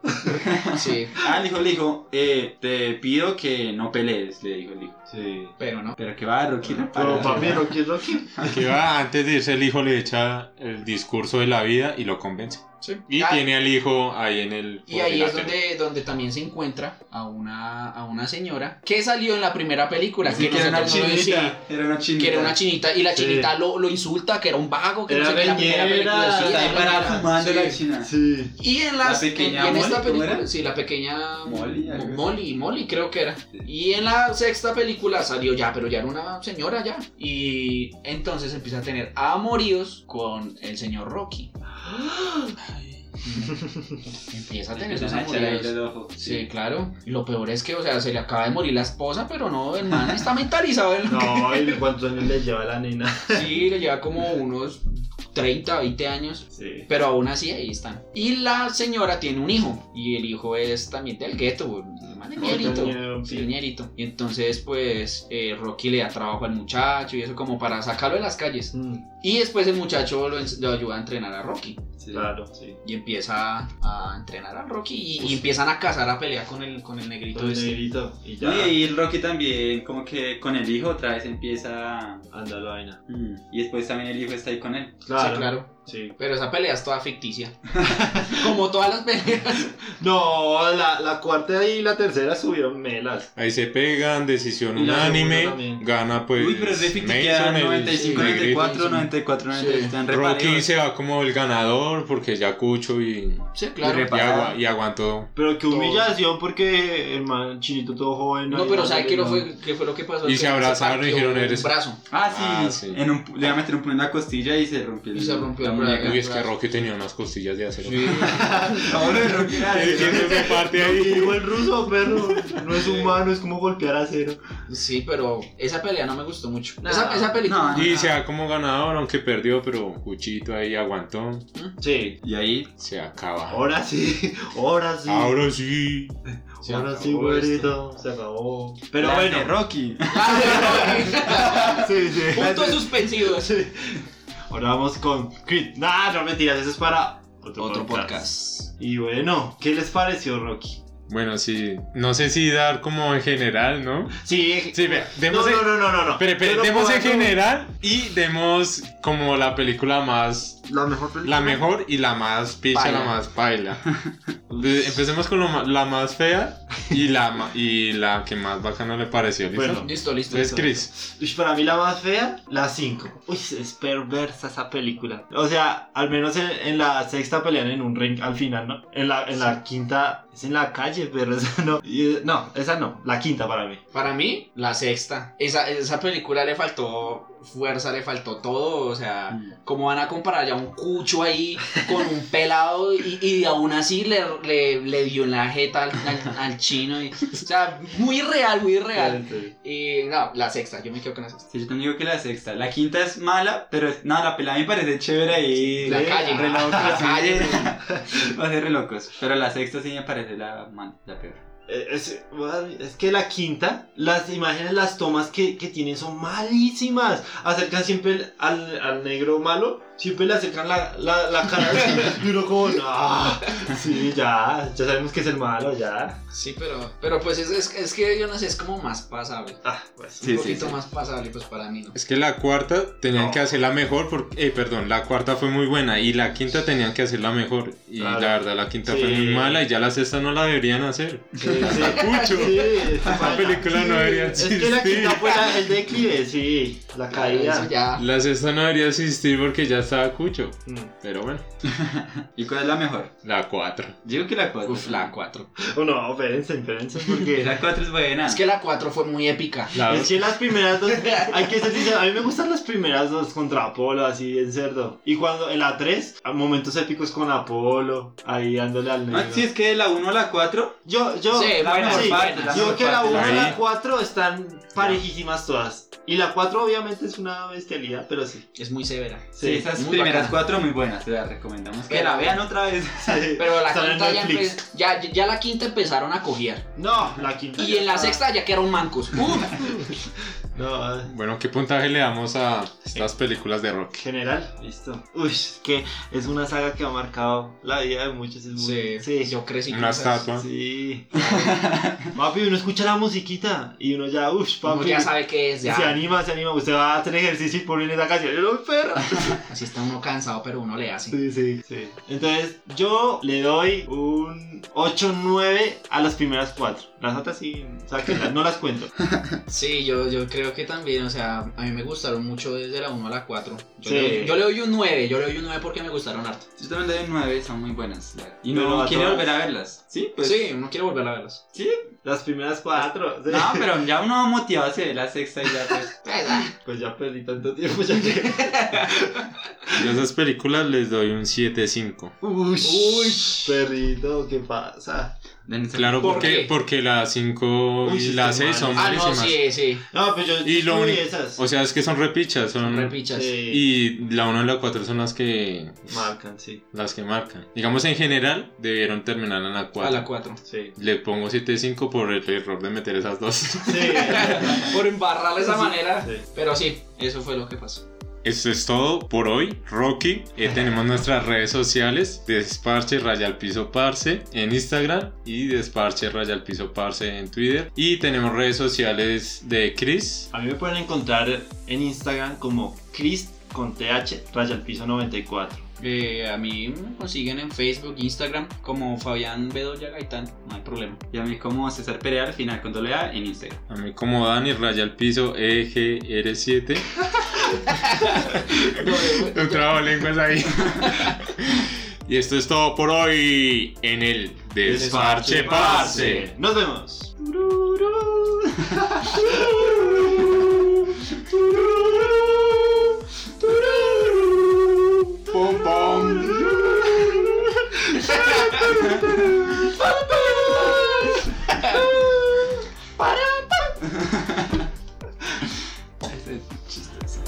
Sí,
Ah, le dijo, le dijo, eh, te pido que no pelees, le dijo el hijo.
Sí.
pero no.
Pero que va, Rocky, no
Pero
para.
para mí Rocky es Rocky.
Que va, antes de irse el hijo le echa el discurso de la vida y lo convence.
Sí.
Y
Ah,
tiene al hijo ahí en el...
y ahí es
en la tele.
donde, donde también se encuentra a una, a una señora que salió en la primera película.
Sí, que era una
nosotros no decimos-
chinita. Era una chinita.
que era una chinita y la
Sí.
chinita lo, lo insulta que era un vago que
Era
no sé qué, la primera
leñera,
película, sí,
Está
era
ahí parada
leñera,
fumando
sí.
la
Ah.
china.
Sí.
y en las
La pequeña
en, en esta
Molly, ¿cómo
película
era?
sí la pequeña
Molly, algo
Mo-
así.
Molly Molly creo que era y en la sexta película salió ya pero ya era una señora ya y entonces empieza a tener amoríos con el señor
[GASPS]
Rocky empieza a tener esos amoríos Sí, claro. Y lo peor es que, o sea, se le acaba de morir la esposa, pero no, el man está mentalizado en lo
No, y cuántos años le lleva la nena.
[LAUGHS] Sí, le lleva como unos 30, 20 años.
Sí.
Pero aún así ahí están. Y la señora tiene un hijo. Y el hijo es también del gueto. el man es
Otro
ñerito,
ñero,
sí,
sí.
ñerito. Y entonces pues eh, Rocky le da trabajo al muchacho y eso como para sacarlo de las calles.
Mm,
Y después el muchacho lo, ens- lo ayuda a entrenar a Rocky.
Claro, sí.
Y empieza a entrenar a Rocky y, y empiezan a cazar a pelear con el, con el negrito.
Todo
este.
negrito. Y
Y
ya.
ahí el Rocky también, como que con el hijo otra vez empieza.
Anda la vaina.
Mm, Y después también el hijo está ahí con él.
Claro.
Sí, claro.
Sí.
Pero esa pelea es toda ficticia. como todas las peleas.
No, la, la cuarta y la tercera subieron melas.
Ahí se pegan, decisión
Y la segunda
unánime,
también.
gana pues...
Uy, pero es de ficticia,
Mason, el
95,
negrito.
Sí.
94, 94, 93. Están
Rocky
reparejos.
se va como el ganador porque ya cucho y,
Sí, claro.
Y
y, agua-
Pasado.
y aguantó.
Pero qué humillación porque el man chinito todo joven.
No, pero ¿sabes qué, lo
no.
fue, qué fue lo que pasó?
Y
Que
se abrazaron y
partió
dijeron,
un
"Eres-
brazo.
Ah, sí.
Ah, sí.
En un, le va a meter un puño en la costilla y se rompió.
Y se rompió
la
el
muñeca.
brazo.
Uy, es que Rocky tenía unas costillas de acero.
[LAUGHS]
[LAUGHS]
No, lo de Rocky era
Que-
así,
que
¿no?
no se parte
Lo que
ahí.
dijo el ruso, perro. No es humano, es como golpear a cero.
Sí, pero esa pelea no me gustó mucho.
No.
esa, esa película.
No.
Y se va como ganador, aunque perdió, pero Cuchito ahí aguantó.
Sí.
Y ahí.
Se acaba.
Ahora sí, ahora sí.
Ahora sí.
Se
ahora sí,
acabó
güerito. Se acabó. Pero
la
bueno.
de Rocky.
este.
[LAUGHS]
Ah,
Sí, sí. [LAUGHS]
Puntos suspensivos.
Sí. Ahora vamos con Creed. Nah, no mentiras, eso es para otro,
Otro
podcast.
podcast.
Y bueno, ¿qué les pareció, Rocky?
Bueno, sí. No sé si dar como en general, ¿no?
Sí,
Sí, vea,
no,
demos
no,
en-
no, no, no, no.
Pero, pero
Pero
demos en
cuando-
general y demos como la película más.
La mejor película.
La mejor y la más picha,
Paila.
la más paila.
[LAUGHS]
Entonces, Empecemos con lo ma- la más fea y la, ma- y la que más bacana le pareció. ¿listo?
Bueno,
Listo, listo.
Entonces,
listo.
Chris,
Uy, para mí la más fea, la 5. Uy, es perversa esa película. O sea, al menos en, en la sexta pelean en un ring al final, ¿no? En la, en la quinta, es en la calle, pero [LAUGHS] esa no. Y, eh, no, esa no, la quinta para mí.
Para mí, la sexta. Esa, esa película le faltó fuerza, le faltó todo. O sea, ¿cómo van a comparar ya un cucho ahí con un pelado y, y aún así le, ro- le, le dio en la jeta al, al- al chino. y- o sea, muy real, muy real. Y no, la sexta, yo me quedo con la sexta.
[LAUGHS] Sí, yo también digo que la sexta. La quinta es mala, pero es- no, la pelada me parece chévere y.
La calle.
Re
[LAUGHS]
locos,
La
sí.
calle.
[LAUGHS] Va a ser re locos. Pero la sexta sí me parece la, man- la peor.
Eh, Es, bueno, es que la quinta, las imágenes, las tomas que, que tienen son malísimas. Acercan siempre el- al, al negro malo, siempre le acercan la, la, la cara así, y uno como, no, sí, ya, ya sabemos que es el malo, ya.
Sí, pero, pero pues es, es, es que yo no sé, es como más pasable.
Ah, pues.
Sí,
un
sí,
poquito
sí.
más pasable, pues para mí no.
Es que la cuarta tenían
No.
que hacerla mejor porque, eh, perdón, la cuarta fue muy buena y la quinta tenían que hacerla mejor y
Claro.
la verdad la quinta
Sí.
fue muy mala y ya la sexta no la deberían hacer.
Sí, sí.
Pucho.
Sí,
Esa película no debería
Es que la
existir.
quinta fue la- el declive, sí, la
Eso
caída.
ya.
La sexta no debería existir porque ya estaba cucho,
Mm.
pero bueno,
¿Y cuál es la mejor?
la cuatro.
Yo digo que la cuatro.
Uf, la 4.
Oh, no, espérense, espérense, porque...
La cuatro es buena.
Es que la 4 fue muy [LAUGHS] épica.
La
Es
dos.
que las primeras dos, hay que ser sincero, a mí me gustan las primeras dos contra Apolo, así en cerdo. Y cuando en la 3, momentos épicos con Apolo, ahí dándole al negro.
Ah, sí, es que de la 1 a la 4.
Yo, yo,
Sí,
la
bueno,
mejor
sí,
parte, la
yo
mejor
que la
parte,
1 y
Ahí.
la 4 están parejísimas todas. Y la 4 obviamente es una bestialidad, pero sí.
Es muy severa.
Sí,
Sí, esas
muy
primeras
bacana.
cuatro muy buenas, te las recomendamos. Que
Pero-
la vean otra vez. [LAUGHS]
Pero la
Están en
quinta ya,
Netflix.
empe- ya, ya la quinta empezaron a coger.
[LAUGHS] No, la quinta.
Y
ya
en la
está-
sexta ya quedaron
[LAUGHS]
mancos. Uf.
No, eh,
Bueno, ¿qué puntaje le damos a estas películas de rock?
general. Listo. Uy, es que es una saga que ha marcado la vida de muchos. Es muy-
Sí,
sí.
yo crecí con
Una
esas.
estatua.
[LAUGHS]
Sí. papi, uno escucha la musiquita y uno ya, uff,
Uno
papi.
ya sabe qué es, ya.
Se anima, se anima. Usted va a hacer ejercicio y por viene la canción. ¡Lo perro!
Así está uno cansado, pero uno le hace.
Sí, sí, sí. Entonces, yo le doy un 8-9 a las primeras cuatro. Las otras sí, sáquenlas, no las cuento.
Sí, yo, yo creo que también, o sea, a mí me gustaron mucho desde la 1 a la 4. Yo,
Sí.
le, yo le doy un 9, yo le doy un 9 porque me gustaron harto.
Yo también le doy 9, son muy buenas. la- Y
Pero
no
a
quiere
todas.
volver a verlas. Sí, pues. [LAUGHS]
sí, no quiero volver a verlas.
Las primeras cuatro. sí.
No, pero ya uno motivado se ve la sexta y ya [LAUGHS] pues.
Ay, ay.
Pues ya perdí tanto tiempo. Ya que...
Yo a esas películas les doy un 7-5.
Uy, perrito, ¿qué pasa?
dense-
Claro,
¿Por
porque,
qué?
porque la 5
Uy,
y
sí,
la
está
6 son
Ah, no,
malísimas.
sí, sí.
No, pues yo.
Y lo
uy,
único-
esas.
O sea, es que son repichas, son,
Repichas.
Mm, Sí.
Y la 1 y la 4 son las que
Marcan, sí.
las que marcan. Digamos en general debieron terminar en la 4.
A la 4.
Sí.
Le pongo 7.5 por el error de meter esas dos. [LAUGHS]
Sí.
[LAUGHS] Por embarrarla de esa manera.
sí.
Pero sí, eso fue lo que pasó.
Eso es todo por hoy. Rocky, eh, tenemos nuestras redes sociales, Desparche Raya al Piso Parse en Instagram y Desparche Raya al Piso Parse en Twitter. Y tenemos redes sociales de Chris.
A mí me pueden encontrar en Instagram como Chris con TH, raya al piso 94.
Eh, a mí me consiguen en Facebook, Instagram, como Fabián Bedoya Gaitán. No hay problema.
Y a mí como César Perea al final con doble A en Instagram.
A mí como Dani Raya al Piso E EGR7. Un trabajo lenguas ahí. y esto es todo por hoy en el Desparche Parse.
Nos vemos.